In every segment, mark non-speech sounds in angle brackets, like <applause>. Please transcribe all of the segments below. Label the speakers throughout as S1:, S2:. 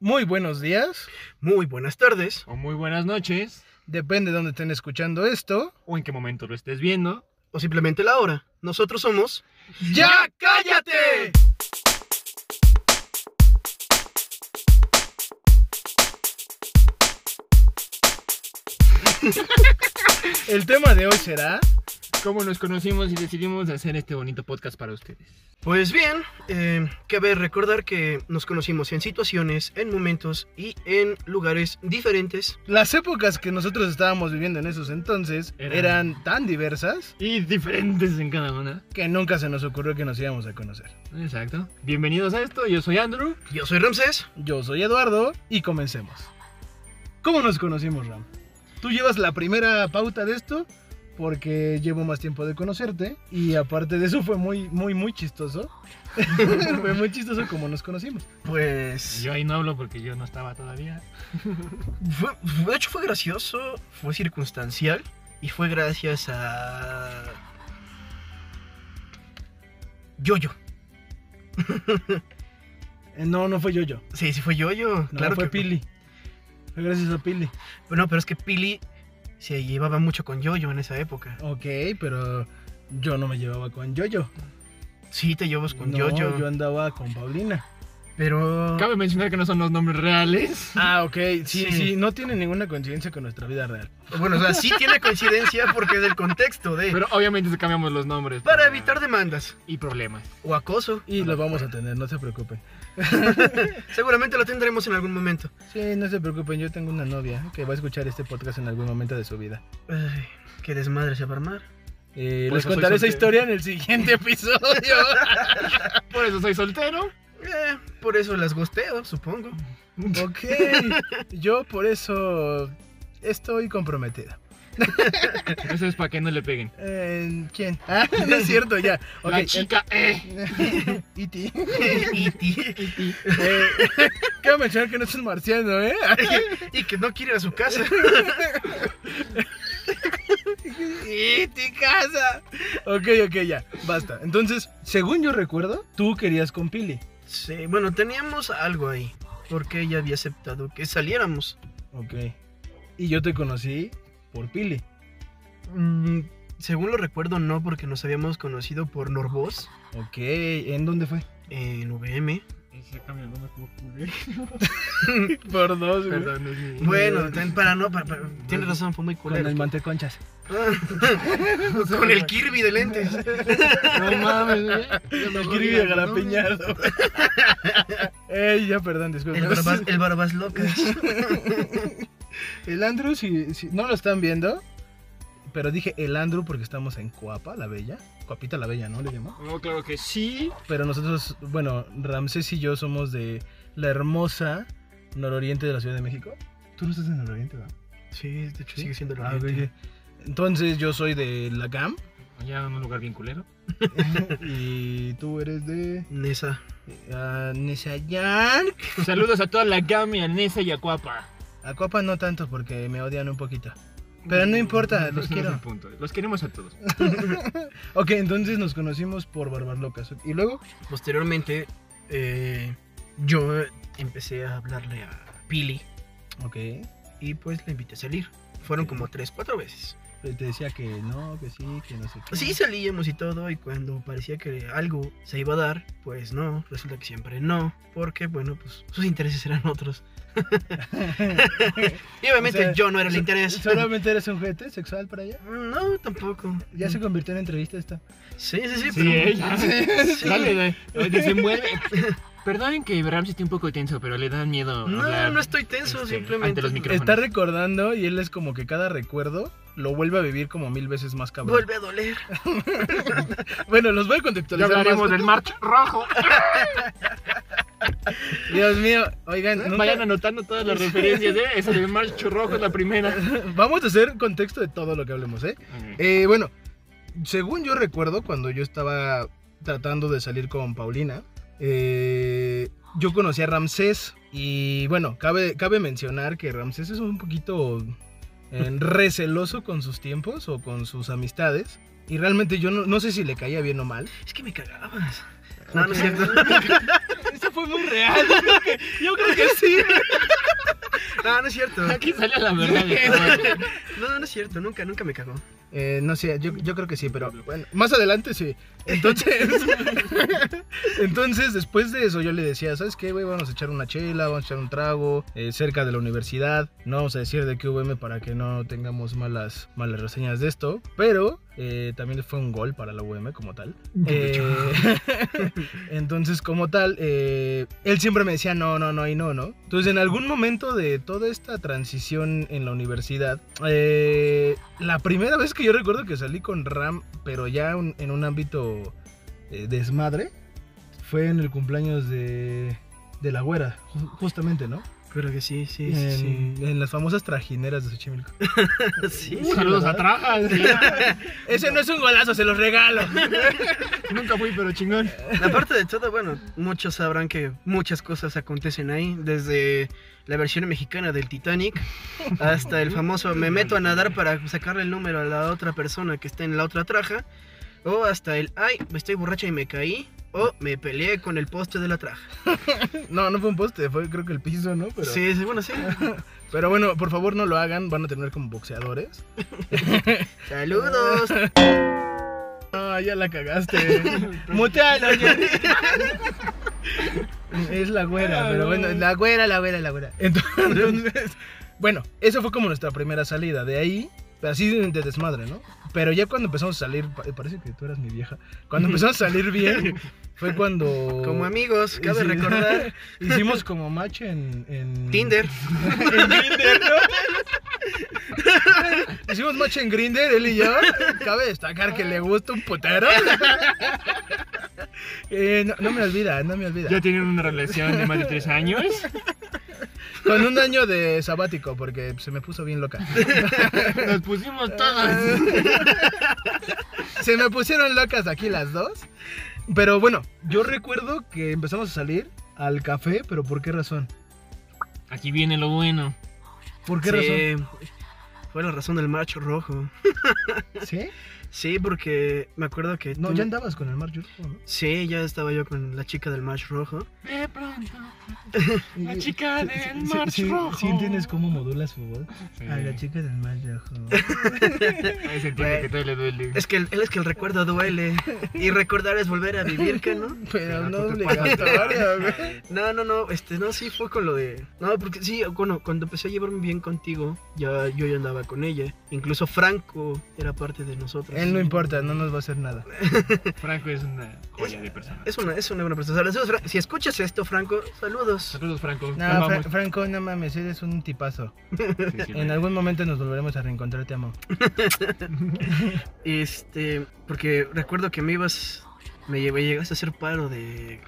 S1: Muy buenos días,
S2: Muy buenas tardes.
S3: O muy buenas noches,
S1: depende de dónde estén escuchando esto.
S3: o en qué momento lo estés viendo.
S2: O simplemente la hora. Nosotros somos.
S1: ¡Ya
S2: cállate!
S1: <laughs> El tema de hoy será
S3: ¿Cómo nos conocimos y decidimos hacer este bonito podcast para ustedes?
S2: Pues bien, eh, cabe recordar que nos conocimos en situaciones, en momentos y en lugares diferentes.
S1: las épocas que nosotros estábamos viviendo en esos entonces
S3: Eran-
S1: eran tan diversas
S3: Y diferentes en cada una.
S1: que nunca se nos ocurrió que nos íbamos a conocer.
S3: Exacto. Bienvenidos a esto, yo soy Andrew.
S2: Yo soy Ramsés.
S1: Yo soy Eduardo y comencemos. ¿Cómo nos conocimos, Ram? Tú llevas la primera pauta de esto porque llevo más tiempo de conocerte y aparte de eso fue muy, muy, muy chistoso. <laughs> fue muy chistoso como nos conocimos.
S2: Pues.
S3: Yo ahí no hablo porque yo no estaba todavía.
S2: fue- fue- de hecho, fue gracioso, fue circunstancial y fue gracias a. Yo-Yo.
S1: Eh, No, no fue yo yo.
S2: Sí, sí, fue Yo-Yo.
S1: No,
S2: claro
S1: fue
S2: que
S1: Pili. Fue gracias a Pili.
S2: No, pero es que Pili se llevaba mucho con Yo-Yo en esa época.
S1: Ok, pero yo no me llevaba con Yoyo.
S2: Sí, te llevas con
S1: No,
S2: Yo-Yo.
S1: yo andaba con Paulina.
S2: Pero.
S3: Cabe mencionar que no son los nombres reales. <laughs>
S1: Ah, ok. Sí, sí,
S2: Sí.
S1: no tiene ninguna coincidencia con nuestra vida real.
S2: Bueno, o sea, sí tiene coincidencia porque es del contexto de.
S3: Pero obviamente se cambiamos los nombres.
S2: para evitar demandas
S3: Y problemas.
S2: o acoso.
S1: Y lo vamos a tener, no se preocupen.
S2: Seguramente lo tendremos en algún momento.
S1: Sí, no se preocupen, yo tengo una novia que va a escuchar este podcast en algún momento de su vida.
S2: Ay, qué desmadre se va a armar.
S1: Eh,
S3: Por
S1: les
S3: eso soy
S1: contaré esa
S3: soltero.
S1: historia en el siguiente <laughs>
S3: <laughs>
S1: episodio.
S3: Por eso soy soltero.
S2: Eh, por eso las gosteo, supongo. <laughs>
S1: ok, yo por eso estoy comprometida.
S3: Eso es para que no le peguen.
S1: Eh, ¿Quién? <laughs> Ah, no es cierto, ya. Ok,
S3: La chica, eh.
S1: <laughs> Y ti.
S2: y, ti-
S1: Eh, <laughs> cabe mencionar que no es un marciano, ¿eh? <laughs>
S2: y que no quiere ir a su casa.
S1: ¡Y
S3: E
S1: ti casa! Ok, ok, ya, basta. Entonces, según yo recuerdo, tú querías con Pili.
S2: Sí, bueno, teníamos algo ahí. Porque ella había aceptado que saliéramos.
S1: Ok. Y yo te conocí por Pili.
S2: Mm, según lo recuerdo, no, porque nos habíamos conocido por Norboz
S1: Ok, ¿en dónde fue?
S2: en VM.
S3: Ese cambio no me ocurre.
S1: Por dos, güey.
S3: Perdón, no sé.
S2: Bueno, ten- para no, para, para- tienes razón, fue muy
S1: Con
S2: culero.
S1: el manteconchas.
S2: Con el Kirby de lentes.
S3: No mames, eh.
S1: El Kirby de Garapiñado. <laughs> Ey, ya, perdón, disculpen.
S2: El barbas, el barbas locas.
S1: El Andrew, si, si no lo están viendo, pero dije el Andrew porque estamos en Coapa, la Bella. Coapita la Bella, ¿no le llamó?
S3: No, claro que sí.
S1: Pero nosotros, bueno, Ramsés y yo somos de la hermosa nororiente de la Ciudad de México. <laughs> Tú no estás en nororiente, ¿verdad?
S2: Sí, de hecho
S1: ¿Sí?
S2: sigue siendo el
S1: Ah,
S2: oriente.
S1: ok, ok. Entonces yo soy de la GAM
S3: Allá en un lugar bien culero.
S1: <laughs> y tú eres de
S2: Nesa.
S1: ah, Nesayán.
S3: Saludos a toda la gamia, Nesa y a Cuapa.
S1: A Coapa no tanto porque me odian un poquito. Pero no
S3: <laughs>
S1: importa, los
S3: Ese no es
S1: quiero.
S3: el punto. Los queremos a todos.
S1: Ok, entonces nos conocimos por Barbarlocas. Y luego,
S2: Posteriormente, eh, yo empecé a hablarle a Pili
S1: ok, eh,
S2: y pues la invité a salir. Fueron como tres, cuatro veces.
S1: te decía que no, que sí, que no sé qué.
S2: Sí, salíamos y todo, y cuando parecía que algo se iba a dar, pues no, resulta que siempre no, porque bueno, pues sus intereses eran
S1: <laughs>
S2: otros. Y obviamente
S1: O sea,
S2: yo no era el interés.
S1: ¿Solamente eres un juguete sexual para allá?
S2: No, tampoco.
S1: Ya se convirtió en entrevista esta.
S2: Sí, sí, sí,
S3: Sí,
S2: pero-
S3: eh, ya.
S2: <laughs> Sí.
S3: Dale, dale. Desenvuelve. Perdonen que Ramsey esté un poco tenso, pero le dan miedo.
S2: No,
S3: hablar.
S2: no estoy tenso,
S3: este,
S2: simplemente.
S3: ante los micrófonos.
S1: Está recordando y él es como que cada recuerdo lo vuelve a vivir como mil veces más cabrón.
S2: Vuelve a doler.
S1: Bueno, los voy a
S3: Ya
S1: contextualizar
S3: hablaremos
S1: más.
S3: del March Rojo.
S1: Dios mío, oigan, nunca-
S3: Vayan anotando todas las referencias, ¿eh? Esa del March Rojo es la primera.
S1: vamos a hacer contexto de todo lo que hablemos, ¿eh? Eh, bueno, según yo recuerdo, cuando yo estaba tratando de salir con Paulina, eh, yo conocí a Ramsés y bueno, cabe, cabe mencionar que Ramsés es un poquito eh, receloso con sus tiempos o con sus amistades. Y realmente yo no, no sé si le caía bien o mal.
S3: <laughs>
S2: Es que me cagabas. No, no es
S1: Ok.
S2: cierto.
S1: Esa
S3: fue muy real. Yo creo que, yo creo que sí.
S2: Ah, no es cierto.
S3: Aquí sale la verdad de todo.
S2: No, no es cierto, nunca, nunca me cagó.
S1: Eh, no sé, yo, yo creo que sí, pero bueno, más adelante sí. Entonces, <laughs> entonces después de eso yo le decía, ¿sabes qué, güey? Vamos a echar una chela, vamos a echar un trago eh, cerca de la universidad. No vamos a decir de qué VM para que no tengamos malas, malas reseñas de esto, pero eh, también fue un gol para la VM como tal.
S2: De hecho.
S1: Eh, <laughs> entonces, como tal, eh, él siempre me decía no, no, no y no, ¿no? Entonces, en algún momento de toda esta transición en la universidad, eh, la primera vez que yo recuerdo que salí con Ram, pero ya un- en un ámbito eh, desmadre, fue en el cumpleaños de, de la güera, ju- justamente, ¿no?
S2: Creo que sí, sí, sí.
S3: Em.
S1: En,
S2: sí.
S1: en las famosas trajineras de Xochimilco.
S2: Sí,
S3: Uh, saludos a
S1: ¿verdad?
S3: Trajas.
S1: Ese no es un golazo, se los regalo.
S3: Nunca fui, pero chingón.
S2: <laughs> Aparte de todo, bueno, muchos sabrán que muchas cosas acontecen ahí, desde la versión mexicana del Titanic hasta el famoso me meto a nadar para sacarle el número a la otra persona que está en la otra traja, o hasta el ay, me estoy borracha y me caí, o me peleé con el poste de la traja.
S1: <laughs> No, no fue un poste, fue creo que el piso, ¿no? Pero...
S2: Sí, sí,
S3: <laughs>
S2: bueno, sí.
S1: Pero bueno, por favor no lo hagan, van a terminar como boxeadores.
S2: Saludos.
S1: Ah, ya la
S2: <laughs>
S1: cagaste. Mutealo, oye. Es la
S2: Ah,
S1: güera, pero bueno, la güera, la güera, la güera. Entonces, <laughs> bueno, eso fue como nuestra primera salida. De ahí, así de desmadre, ¿no? Pero ya cuando empezamos a salir, pa- parece que tú eras mi vieja.
S2: <laughs>
S1: Cuando empezamos a salir bien, fue cuando.
S2: Como amigos, cabe
S1: hici- <laughs>
S2: recordar
S1: Hicimos como match en. en-
S2: Tinder.
S1: en Grindr, ¿no? Hicimos match en Grinder, él y yo. Cabe destacar que le gusta un putero. Eh, no, no me olvida, no me
S3: Ya
S1: olvida.
S3: tienen una relación de más de tres años.
S1: Con un año de sabático, porque se me puso bien loca.
S3: Nos pusimos todos.
S1: Se me pusieron locas aquí las dos. Pero bueno, yo recuerdo que empezamos a salir al café, pero ¿por qué razón?
S3: Aquí viene lo bueno.
S1: ¿Por qué
S2: Sí, Fue la razón del macho rojo.
S1: razón? ¿Sí?
S2: Sí, porque me acuerdo que
S1: No,
S2: tú-
S1: ya andabas con el Mar Yurko, ¿no?
S2: Sí, ya estaba yo con la chica del match rojo.
S3: De pronto. La chica del mar
S1: Sí, sí,
S3: rojo.
S1: sí entiendes cómo modulas su voz?
S3: Sí.
S1: A la chica del Mar Rojo.
S3: Ahí se entiende que todo le duele.
S2: Es que el, es que el
S1: <laughs>
S2: recuerdo duele. Y recordar es volver a vivir, ¿qué no?
S1: Pero
S3: Pero
S1: no
S3: tú te
S1: obligatoria,
S2: <laughs>
S1: güey.
S2: No, no, no, este, no, sí fue con lo de. No, porque sí, bueno, cuando empecé a llevarme bien contigo, ya yo ya andaba con ella. Incluso Franco era parte de nosotros.
S1: Él no importa, no nos va a hacer nada.
S3: Franco es una joya de persona.
S2: Es una, es una buena persona. Saludos, Fra- Si escuchas esto, Franco, saludos.
S3: Saludos, Franco. Te
S1: No, Fra-
S3: amamos.
S1: Franco, no mames, eres un tipazo.
S3: Sí, sí,
S1: En algún momento nos volveremos a reencontrar, te amo.
S2: Este, porque recuerdo que me ibas. Me llevé, llegaste a hacer paro de.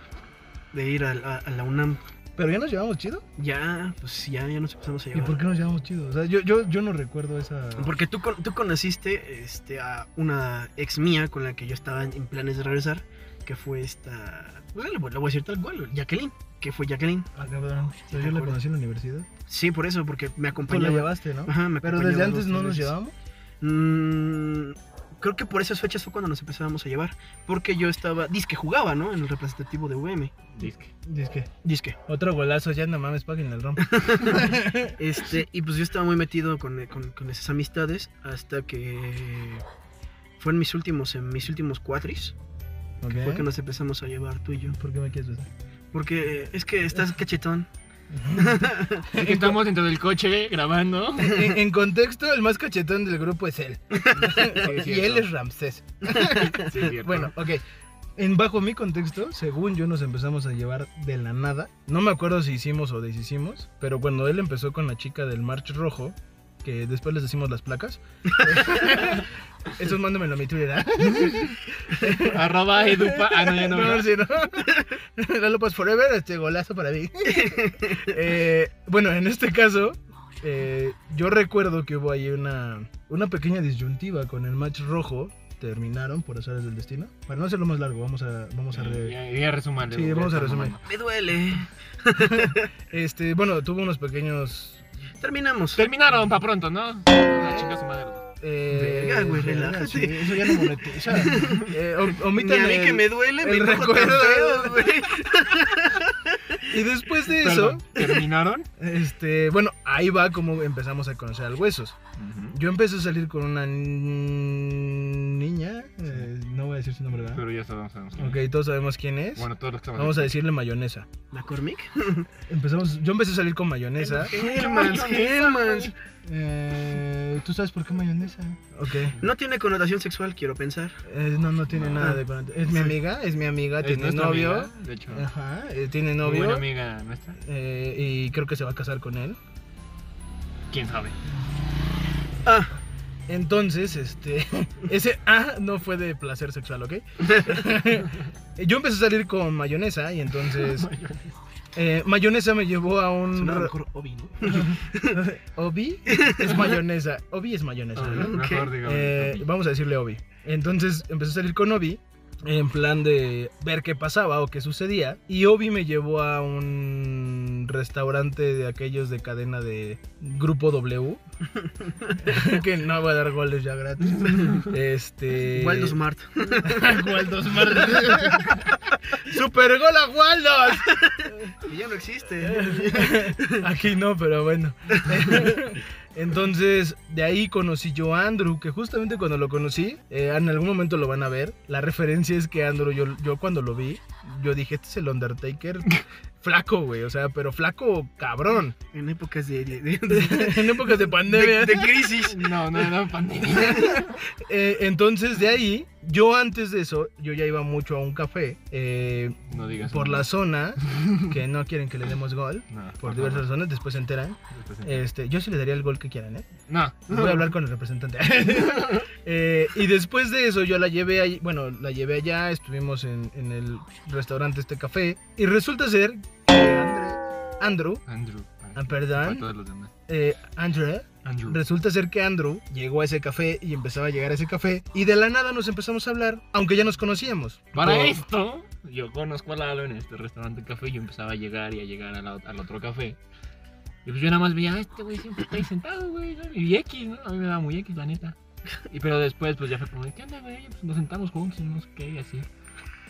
S2: de ir a, la- a la UNAM.
S1: Pero ya nos llevamos chido.
S2: Ya, pues ya, ya Ah, nos empezamos a
S1: ¿Y
S2: llevar.
S1: por qué nos llevamos chido? O sea, yo, yo, yo no recuerdo esa.
S2: Porque tú, con- tú conociste este, a una ex mía con la que yo estaba en en planes de regresar, que fue esta... Bueno, lo voy a decir tal cual, Jacqueline, que fue Jacqueline.
S1: Ah, cabrón. Pero yo la conocí en la universidad.
S2: Sí, por eso, porque me
S1: Tú Pues la
S2: acompañaba.
S1: llevaste,
S2: <laughs>
S1: ¿no?
S2: Ajá, me
S1: Pero
S2: acompañaba
S1: desde
S2: dos,
S1: antes no
S2: tres
S1: nos
S2: veces.
S1: llevamos.
S2: Mm, creo que por esas fechas fue cuando nos empezábamos a llevar, porque yo estaba... Disque jugaba, ¿no? En el representativo de UM.
S3: Disque.
S1: Dice que
S2: Disque.
S1: otro golazo, ya no mames, paguen
S2: <laughs>
S1: el rom.
S2: Este, y pues yo estaba muy metido con, con- con esas amistades hasta que... Fue en mis últimos, en mis últimos cuatris,
S1: Ok.
S2: fue que nos empezamos a llevar tú y yo.
S1: ¿Por qué me quieres besar? <laughs>
S2: Porque es que estás cachetón.
S3: Así que estamos dentro del coche grabando.
S1: en, en contexto, el más cachetón del grupo es
S2: <laughs>
S1: él.
S3: Sí,
S1: <laughs> y él
S3: cierto.
S1: es Ramsés.
S3: Sí, <laughs> es cierto.
S1: Bueno, ok. En bajo mi contexto, según yo nos empezamos a llevar de la nada. No me acuerdo si hicimos o deshicimos, pero cuando él empezó con la chica del March Rojo, que después les decimos las placas. Eso mándamelo a mi Twitter. ¿ah?
S3: Arroba edupa. Ah, no, ya <laughs> no.
S1: No,
S3: ¿verdad?
S1: sí, no. <laughs> Lalo Paz Forever, este golazo para mí. Eh, bueno, en este caso, eh, yo recuerdo que hubo ahí una, una pequeña disyuntiva con el match rojo. Terminaron por azares del destino. Para no hacerlo más largo, vamos a, vamos a re-
S3: Ya, ya resumarle.
S1: Sí, vamos a resumir.
S2: Me duele.
S1: Este, bueno, tuvo unos pequeños.
S2: Terminamos.
S3: Terminaron pa' pronto, ¿no? Ah, chinga su madre.
S1: Eh,
S2: Verga,
S1: <laughs>
S2: güey,
S1: verga,
S2: relájate.
S1: sí, eso ya no
S2: <laughs>
S1: monetiza. eh, o-
S2: Ni
S1: omítanle
S2: a mí que
S1: el-
S2: me duele, me
S1: el
S2: pongo tan
S1: recuerdo.
S2: feo, güey.
S1: Y después de eso,
S3: Perdón, ¿Terminaron?
S1: este, bueno, ahí va como empezamos a conocer al Huesos.
S3: Ujú.
S1: Yo empecé a salir con una ni- niña, eh, no voy a decir su nombre, ¿verdad?
S3: Pero ya sabemos. sabemos quién es.
S1: Ok, todos sabemos quién es.
S3: Bueno, todos los que estamos
S1: Vamos a
S3: aquí.
S1: decirle mayonesa.
S2: <laughs> ¿McCormick?
S1: Empezamos, yo empecé a salir con mayonesa.
S2: Hellmans, Hellmans.
S1: Eh, ¿Tú sabes por qué mayonesa? Ok.
S2: No tiene connotación sexual, quiero pensar.
S1: Eh, no, no tiene
S3: No.
S1: nada de cuarenta- Es mi amiga, es mi amiga,
S3: Es
S1: tiene
S3: nuestra
S1: novio.
S3: amiga, de hecho.
S1: Ajá, eh, tiene
S3: Muy buena
S1: novio.
S3: amiga nuestra.
S1: eh, y creo que se va a casar con él.
S3: ¿Quién sabe?
S2: Ah,
S1: Entonces, este, <laughs> ese ah no fue de placer sexual,
S3: <laughs>
S1: ¿ok? Yo empecé a salir con mayonesa y
S3: <laughs>
S1: entonces eh, mayonesa me llevó a un
S2: suena
S1: re-
S2: mejor Obi, <laughs> ¿no?
S1: <laughs> obi es mayonesa, obi es mayonesa.
S3: Ah,
S1: ¿no?
S3: Mejor digamos.
S1: Eh, vamos a decirle Obi. Entonces empecé a salir con Obi en plan de ver qué pasaba o qué sucedía. Y Obi me llevó a un restaurante de aquellos de cadena de Grupo W. <laughs> que no va a dar goles ya gratis. Este.
S2: Waldo Smart. <laughs>
S1: Waldo Smart. <laughs> Super gol a Waldo.
S2: Y ya no <laughs> existe.
S1: <laughs> Aquí no, pero bueno. <laughs> Entonces, de ahí conocí yo a Andrew, que justamente cuando lo conocí, eh, en algún momento lo van a ver. La referencia es que Andrew, yo, yo cuando lo vi, yo dije, este es el Undertaker <laughs> flaco, güey. O sea, pero flaco cabrón. <laughs>
S2: En épocas de, de- <laughs> de-
S1: en épocas de pandemia.
S2: de- de crisis.
S3: No, no era pandemia.
S1: <laughs> Eh, entonces, de ahí, yo antes de eso, yo ya iba mucho a un café eh,
S3: No digas.
S1: por
S3: no.
S1: la zona, que no quieren que le demos gol.
S3: No,
S1: Por
S3: favor.
S1: diversas razones, después se enteran. Este, yo sí le daría el gol que quieran, ¿eh?
S3: No.
S1: Voy a hablar con el representante. <laughs> Eh, y después de eso yo la llevé ahí, bueno, la llevé allá, estuvimos en, en el restaurante este café y resulta ser que Andre- Andrew,
S3: Andrew.
S1: ah,
S3: Para
S1: perdón,
S3: todos los demás.
S1: eh, Andre,
S3: Andrew.
S1: resulta ser que Andrew llegó a ese café y empezaba a llegar a ese café y de la nada nos empezamos a hablar, aunque ya nos conocíamos.
S3: Para
S1: Por-
S3: esto, yo conozco a Lalo en este restaurante café y yo empezaba a llegar y a llegar a la- al otro café. Y pues yo nada más veía, "Ah, este güey siempre está ahí sentado, güey. ¿no? Y X, ¿no? A mí me daba muy X, la neta. Y pero después, pues ya fue como, de, ¿qué onda, güey? Pues nos sentamos juntos y no sé qué, y así.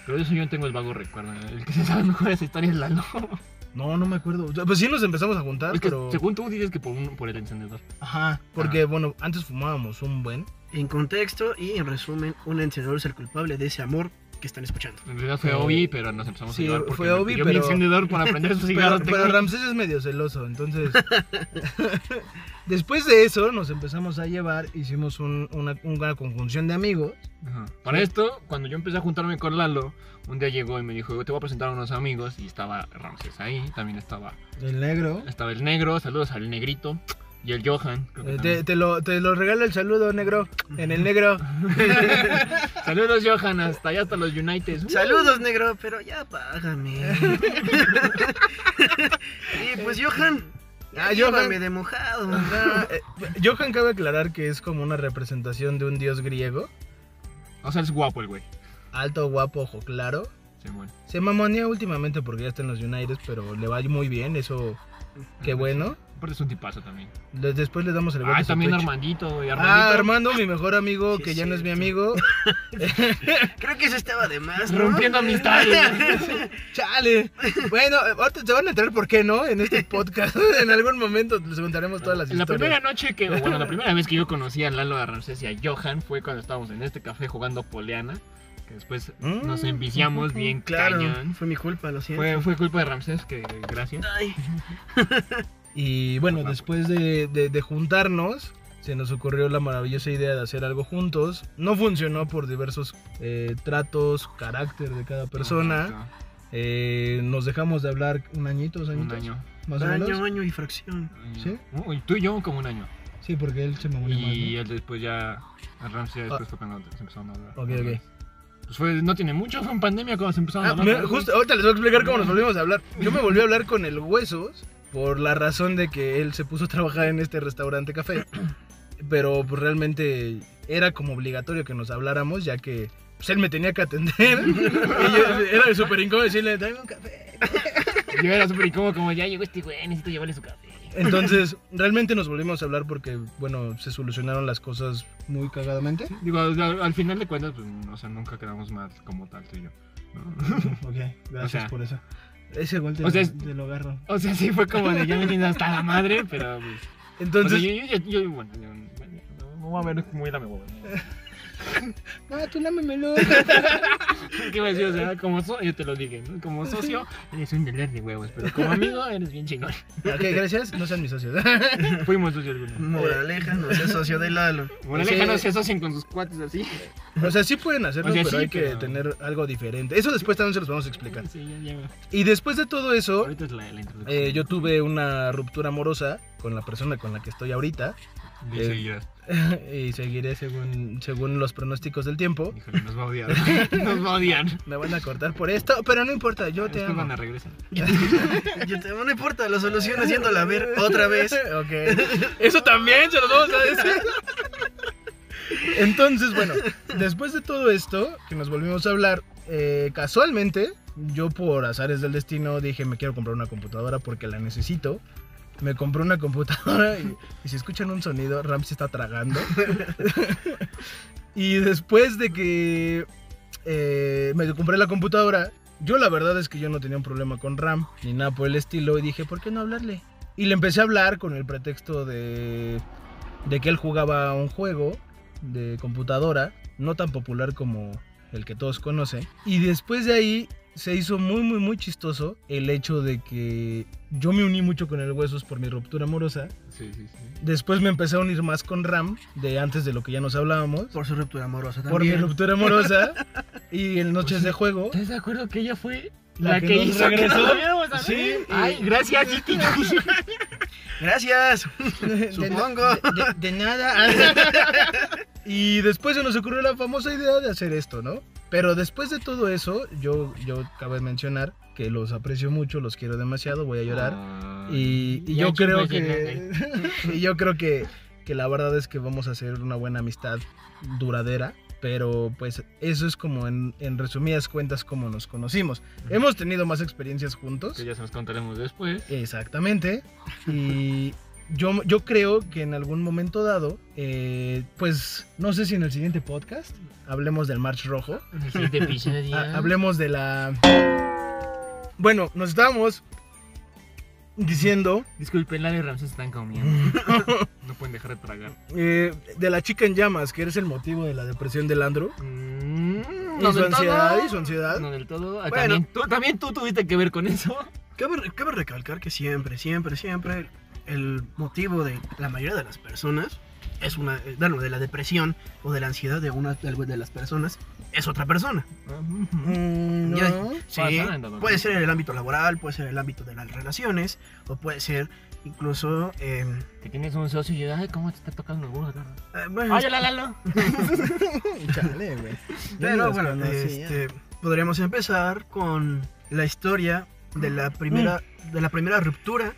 S3: Pero de eso yo no tengo el vago recuerdo. ¿no? El que se sabe mejor esa historia es Lalo.
S1: No, no me acuerdo. O sea, Pues sí nos empezamos a juntar,
S3: Es que
S1: pero...
S3: según tú dices que por, un- por el encendedor.
S1: Ajá, porque bueno, antes fumábamos un buen.
S2: En contexto y en resumen, un encendedor es el culpable de ese amor que están escuchando.
S3: En realidad fue
S1: Eh,
S3: Obi, pero nos empezamos
S1: sí,
S3: a llevar porque
S1: fue
S3: me
S1: Obi,
S3: pidió mi
S1: pero-
S3: encendedor para prender sus
S1: <laughs> Pero,
S3: cigarros.
S1: pero
S3: güey.
S1: Ramsés es medio celoso, entonces. <laughs> Después de eso, nos empezamos a llevar, hicimos un- una, una conjunción de amigos.
S3: Ajá. Para esto, cuando yo empecé a juntarme con Lalo, un día llegó y me dijo, te voy a presentar a unos amigos y estaba Ramses ahí, también estaba,
S1: El negro.
S3: estaba el negro, saludos al negrito y el Johan. Ah, creo que
S1: Eh, te,
S3: también.
S1: te lo, te lo regalo el saludo, negro. En el negro.
S3: Saludos Johan, hasta allá hasta los
S1: <laughs>
S3: United.
S2: Saludos, negro, pero ya págame. <laughs> y pues, Johan.
S1: Ah,
S2: Ah,
S1: Johan.
S2: de mojado.
S1: Ah, eh, Johan cabe aclarar que es como una representación de un dios griego.
S3: O sea, es guapo el güey.
S1: Alto, guapo, ojo claro.
S3: Se muere.
S1: Se mamonea últimamente porque ya está en los United, pero le va muy bien, eso, qué bueno.
S3: Aparte es un tipazo también.
S1: Les- Después le damos el
S3: Ah,
S1: golpe.
S3: también Armandito, güey.
S1: Ah,
S3: Armandito.
S1: Armando, mi mejor amigo,
S2: Sí,
S1: que ya no es mi
S2: cierto.
S1: amigo.
S2: Creo que eso estaba de más, ¿no?
S3: Rompiendo amistades.
S2: <laughs>
S3: güey.
S1: Chale. Bueno, ahorita se van a enterar por qué no en este podcast. <laughs> en algún momento les contaremos todas las
S3: la
S1: historias.
S3: primera noche que,
S1: <laughs>
S3: bueno, la primera vez que yo conocí a Lalo, a Ramses y a Johan fue cuando estábamos en este café jugando poleana, que después
S1: Mm,
S3: nos enviciamos Pues bien
S2: Claro,
S3: cañón.
S2: fue mi culpa, lo siento.
S3: Fue, fue culpa de Ramses, que gracias.
S2: Ay,
S1: Y bueno, después de, de- de juntarnos, se nos ocurrió la maravillosa idea de hacer algo juntos. No funcionó por diversos eh, tratos, carácter de cada persona. Eh, nos dejamos de hablar un añito, dos
S3: Un
S1: añitos,
S3: año.
S1: más o menos.
S2: año, año y fracción.
S1: ¿Sí?
S3: Uh, y tú y yo como un año.
S1: Sí, porque él se me murió más.
S3: Y
S1: ¿no? Ah.
S3: él después ya, a Ramses ya después fue cuando se empezaron a hablar.
S1: Ok, ok.
S3: Pues fue, no tiene mucho, fue en pandemia cuando se empezaron a
S1: Ah,
S3: hablar.
S1: mira, justo ahorita les voy a explicar cómo nos volvimos a hablar. Yo me volví a hablar con el Huesos por la razón de que él se puso a trabajar en este restaurante café. Pero pues, realmente era como obligatorio que nos habláramos, ya que pues, él me tenía que atender. Y yo- era súper incómodo decirle, dame un café.
S3: <laughs> Yo era súper incómodo, como ya llegó este güey, necesito llevarle su café.
S1: Entonces, realmente nos volvimos a hablar porque, bueno, se solucionaron las cosas muy cagadamente.
S3: Digo, al, al final de cuentas, pues, o sea, nunca quedamos mal como tal tú y yo. ¿no?
S1: Ok,
S3: gracias por
S1: eso. Ese gol te,
S3: O sea,
S1: lo-
S3: es-
S1: te lo agarro.
S3: O sea, sí fue como de ya me tienes hasta la madre, pero pues.
S1: Entonces,
S3: o sea, yo, yo, yo- yo- bueno, yo, bueno, me voy a ver muy la me voy a ver.
S1: ah, tú <laughs> lámemelo.
S3: <laughs> ¿Qué iba a decir? O sea, como socio, yo te lo dije, ¿no? Como socio, eres un deler de huevos, pero como amigo, eres bien chingón. <laughs>
S1: ok, gracias. No sean mis socios. <laughs>
S3: Fuimos socios algunos.
S2: Moraleja, no se socio de Lalo.
S3: Bueno,
S1: Sí.
S3: no se asocien con sus cuates así.
S1: o sea, sí pueden hacerlo,
S3: O sea,
S1: pero
S3: sí,
S1: hay que
S3: pero-
S1: tener algo diferente. Eso después también se los vamos a explicar.
S3: Sí, ya, ya.
S1: Y después de todo eso,
S3: Ahorita es la, la introducción.
S1: eh, yo tuve una ruptura amorosa con la persona con la que estoy ahorita. <laughs>
S3: Bien
S1: eh,
S3: seguidas.
S1: y seguiré según, según los pronósticos del tiempo.
S3: Híjole, nos va a odiar. <laughs> nos va a odiar.
S1: Me van a cortar por esto, pero no importa, yo te
S3: Después van
S1: amo.
S3: a regresar.
S2: Yo te- no importa, lo soluciono haciéndola ver otra vez.
S1: <laughs> Ok. Eso también se los vamos a decir. Entonces, bueno, después de todo esto, que nos volvimos a hablar, eh, casualmente, yo por azares del destino dije, me quiero comprar una computadora porque la necesito. Me compré una computadora y, y si escuchan un sonido, Ramsey está tragando. <laughs> y después de que eh, me compré la computadora, yo la verdad es que yo no tenía un problema con RAM ni nada por el estilo y dije, ¿por qué no hablarle? Y le empecé a hablar con el pretexto de, de que él jugaba un juego de computadora, no tan popular como el que todos conocen. Y después de ahí se hizo muy, muy, muy chistoso el hecho de que yo me uní mucho con el Huesos por mi ruptura amorosa.
S3: Sí, sí, sí.
S1: Después me empecé a unir más con Ram, de antes de lo que ya nos hablábamos, por,
S2: Por su ruptura amorosa
S1: mi
S2: también.
S1: ruptura
S3: <laughs>
S1: amorosa y en Noches de Juego.
S3: ¿Estás de acuerdo que ella fue
S1: La
S3: la,
S1: que
S3: que,
S1: nos
S3: hizo
S1: regresó?
S3: que nos volviéramos a ver?
S1: Sí.
S3: Ay, gracias, Titi.
S2: Gracias.
S1: <laughs> De-
S2: Supongo.
S1: De, de- de nada. <laughs> y después se nos ocurrió la famosa idea de hacer esto, ¿no? Pero después de todo eso, yo, yo acabo de mencionar que los aprecio mucho, los quiero demasiado, voy a llorar. Y, y
S3: Ya
S1: yo creo
S3: chingó, ya,
S1: que. <laughs> y yo creo que, que la verdad es que vamos a hacer una buena amistad duradera. Pero pues eso es como en, en resumidas cuentas como nos conocimos.
S3: Ujú.
S1: Hemos tenido más experiencias juntos.
S3: Que ya se nos contaremos después.
S1: Exactamente. Y yo, yo creo que en algún momento dado, eh, pues no sé si en el siguiente podcast hablemos del March Rojo,
S3: En el siguiente <laughs> episodio.
S1: ha- hablemos de la... Bueno, nos estábamos diciendo
S3: Disculpen, la de Ramses
S1: <laughs>
S3: están comiendo. No pueden dejar de tragar.
S1: eh, de la chica en llamas, que eres el motivo de la depresión del Andrew.
S3: Mm,
S1: Y
S3: no
S1: su
S3: del
S1: ansiedad,
S3: todo.
S1: y su ansiedad.
S3: No del todo. Ah,
S2: Bueno.
S3: También, tú, también tú tuviste que ver
S1: <laughs>
S3: con eso.
S2: Cabe, re- cabe recalcar que siempre, siempre, siempre el motivo de la mayoría de las personas es una, eh, bueno, de la depresión o de la ansiedad de una de alguna de las personas es otra persona.
S1: Mm,
S2: Ya-
S1: no.
S2: Sí,
S3: Pasa, en todo
S2: puede
S3: caso.
S2: ser en el ámbito laboral, puede ser en el ámbito de las relaciones o puede ser incluso eh,
S3: Que tienes un socio y ay, ¿cómo te está tocando
S1: <laughs>
S3: el burro? cabrón?
S2: eh, bueno,
S3: Ay, hola, Lalo.
S1: <laughs> Chale, güey. Ya ni
S2: Pero
S1: los
S2: este, bueno,
S1: conocía.
S2: este, podríamos empezar con la historia de la primera
S1: Mm.
S2: de la primera ruptura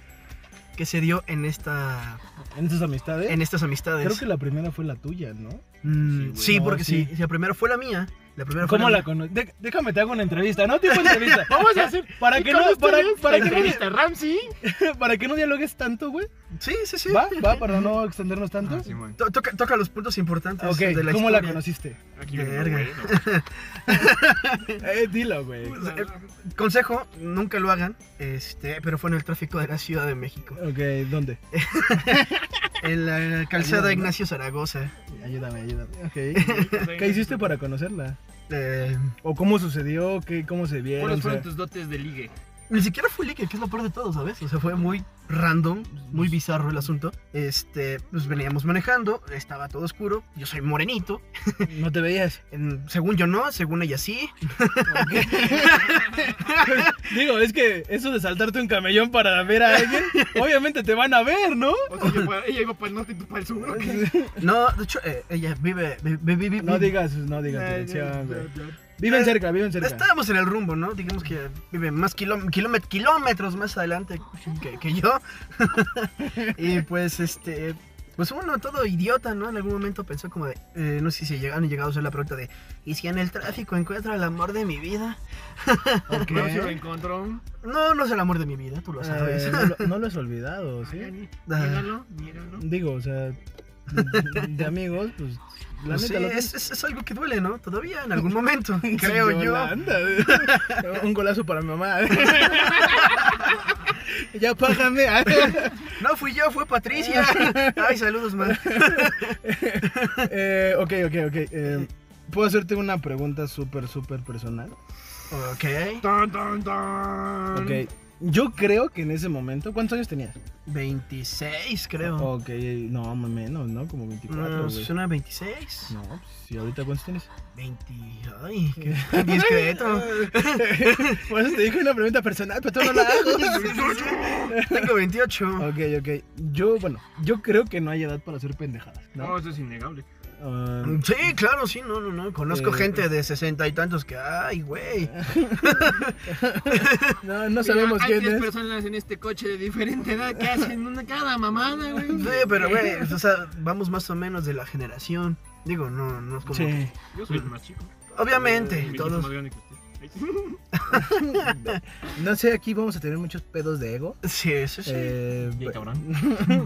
S2: que se dio en esta
S1: En esas amistades.
S2: en estas amistades.
S1: ¿Eh? Creo que la primera fue la tuya, ¿no?
S2: Mm,
S3: Sí, güey.
S2: sí,
S1: No,
S2: porque sí.
S1: sí.
S2: si La primera fue la mía. La primera fue
S1: ¿Cómo la
S2: mía.
S1: conoces? déjame te hago una entrevista, no tipo entrevista.
S3: Vamos a hacer.
S1: Para que no, para, para que no,
S3: viste Ramsey?
S1: <laughs> para que no dialogues tanto, güey.
S2: Sí, sí, sí.
S1: Va, va, para no extendernos tanto. Ah,
S3: Ah, sí, bueno.
S2: To- toca, toca los puntos importantes
S1: ok,
S2: de la
S1: ¿cómo la
S2: historia.
S1: conociste?
S3: Aquí viene,
S2: Verga.
S3: güey, <laughs> no.
S1: Eh, dilo, güey.
S3: pues,
S2: Consejo, nunca lo hagan, este, pero fue en el tráfico de la Ciudad de México.
S1: Ok, ¿dónde? <laughs>
S2: En la calzada
S1: Ayúdame.
S2: Ignacio Zaragoza.
S1: Ayúdame, ayúdame.
S3: <laughs>
S1: Ok.
S3: pues,
S1: ¿Qué hiciste para conocerla?
S2: Eh,
S1: ¿O cómo sucedió? ¿Qué, ¿Cómo se vieron?
S3: ¿Cuáles
S1: O sea,
S3: fueron tus dotes de ligue?
S2: Ni siquiera fue ligue, que es lo peor de todo, ¿sabes? O sea, fue muy random, muy bizarro el asunto. Este, pues veníamos manejando, estaba todo oscuro, yo soy morenito,
S1: No te veías. <laughs>
S2: en- según yo no, según ella sí.
S1: Digo, es que eso de saltarte un camellón para ver a alguien, obviamente te van a ver, ¿no?
S3: O sea, ella iba para el norte y tú para el sur.
S2: No, de hecho, eh, ella vive, vive, vive-
S1: <laughs>
S2: vive-
S1: No digas, no digas dirección, güey. Viven cerca, viven cerca.
S2: Estábamos en el rumbo, ¿no? Digamos que vive más kiló- kilómet- kilómetros más adelante que, que yo. <laughs> y pues, este, pues uno todo idiota, ¿no? En algún momento pensó como de, eh, no sé si llegaron llegado a hacer la pregunta de, ¿y si en el tráfico encuentro el amor de mi vida?
S1: Ok.
S3: No se lo encontró.
S2: No, no es el amor de mi vida,
S1: Ah. <laughs>
S2: <laughs> tú lo sabes. Ah,
S1: Eh, no, lo- no lo has olvidado, ¿sí?
S3: Míralo, míralo.
S1: Digo, o sea, de amigos, pues la
S2: Pues sí,
S1: neta lo que-
S2: es, es- es algo que duele, ¿no? Todavía, en
S1: <laughs>
S2: algún momento, creo yo.
S1: Yolanda. ¿eh? <laughs> Un golazo para mi mamá. <laughs> ya págame. <laughs>
S2: No fui yo, fue Patricia. Ay, saludos, man.
S1: Eh, ok, ok, ok. eh, ¿Puedo hacerte una pregunta súper, súper personal?
S2: Ok.
S3: Tan, tan,
S2: Mm.
S3: tan.
S1: Ok. Yo creo que en ese momento, ¿cuántos años tenías?
S2: 26, creo. Mm,
S1: Ok, no, menos, ¿no? Como 24,
S2: No,
S1: güey.
S2: suena 26.
S1: No, pues, ¿y ahorita cuántos tienes? <laughs>
S2: 20. Ay, qué qué <laughs> discreto.
S1: Por eso te dije una pregunta personal, pero tú no la hago.
S2: Tengo 28.
S1: ok, ok. Yo, bueno, yo creo que no hay edad para hacer pendejadas,
S3: No,
S1: ¿no?
S3: eso es innegable.
S1: Ah,
S3: <laughs>
S2: Sí, claro, sí, no, no, no. Conozco
S1: Eh.
S2: gente de sesenta y tantos que, ay, güey.
S1: no, no sabemos
S3: Hay
S1: quién
S3: tres
S1: es.
S3: personas en este coche de diferente edad que hacen una cada mamada, güey.
S2: <laughs> Sí, pero, güey, o sea, vamos más o menos de la generación. Digo, no, no es como.
S1: Sí.
S3: Yo soy el más chico.
S2: Obviamente,
S3: Mi hijo es
S2: todos.
S3: más grande que usted. Ay, sí.
S1: <laughs> No sé, aquí vamos a tener muchos pedos de ego.
S2: Sí, sí, sí.
S1: Eh,
S3: Bien,
S1: pe-
S3: <laughs> cabrón.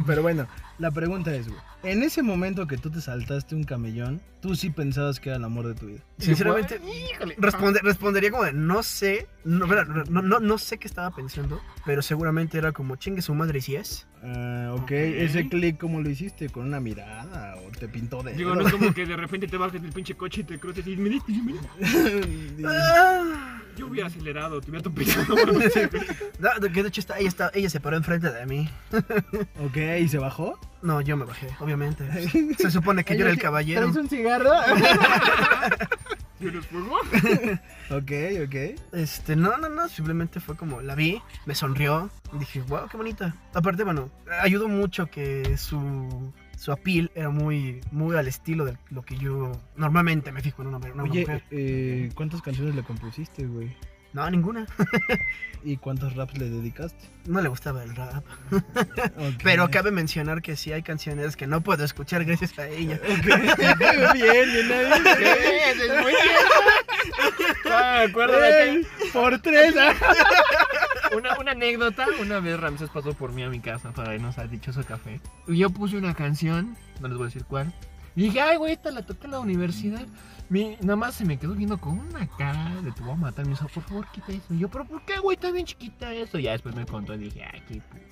S1: <laughs> pero bueno, la pregunta es, güey. En ese momento que tú te saltaste un camellón, tú sí pensabas que era el amor de tu vida.
S2: Sinceramente,
S3: Híjole.
S2: responde- respondería como de, no sé, no, verdad, no, no, no sé qué estaba pensando, pero seguramente era como, chingue su madre, y si es.
S1: Ah, ok,
S3: Ok.
S1: ese clic, ¿cómo lo hiciste? ¿Con una mirada? ¿O te pintó de.?
S3: Digo, no es como que de repente te bajes del pinche coche y te cruces y me diste, me diste.
S2: Ah,
S3: Yo hubiera acelerado, te hubiera atropellado. güey.
S2: da- de- que de hecho está, ella, está, ella se paró enfrente de mí.
S1: <laughs> ok, ¿y se bajó?
S2: No, yo me bajé, obviamente. <laughs> Se supone que yo era el caballero.
S1: ¿Traes un
S2: <laughs>
S1: cigarro?
S3: <laughs> Yo los pongo.
S1: ok, ok.
S2: Este, no, no, no, simplemente fue como, la vi, me sonrió, dije, wow, qué bonita. Aparte, bueno, ayudó mucho que su, su appeal era muy, muy al estilo de lo que yo normalmente me fijo en una, en una
S1: Oye,
S2: mujer.
S1: eh, ¿cuántas canciones le compusiste, güey?
S2: No, ninguna.
S1: ¿Y cuántos raps le dedicaste?
S2: No le gustaba el rap.
S1: Ok. <laughs>
S2: Pero cabe mencionar que sí hay canciones que no puedo escuchar gracias a ella.
S1: bien, bien, ahí.
S3: es muy cierto. Ah, me acuerdo de aquel-
S1: Ey, <laughs> Por tres. ah.
S3: Una, una anécdota, una vez Ramses pasó por mí a mi casa para irnos al dichoso café. Y yo puse una canción, no les voy a decir cuál. Y dije, ay, güey, esta la toqué en la universidad. Mi, nada más se me quedó viendo con una cara de tu mamá matar. Me dijo, por favor, quita eso. Y yo, pero ¿por qué, güey? Está bien chiquita eso. Y ya después me contó y dije, ay, qué puto.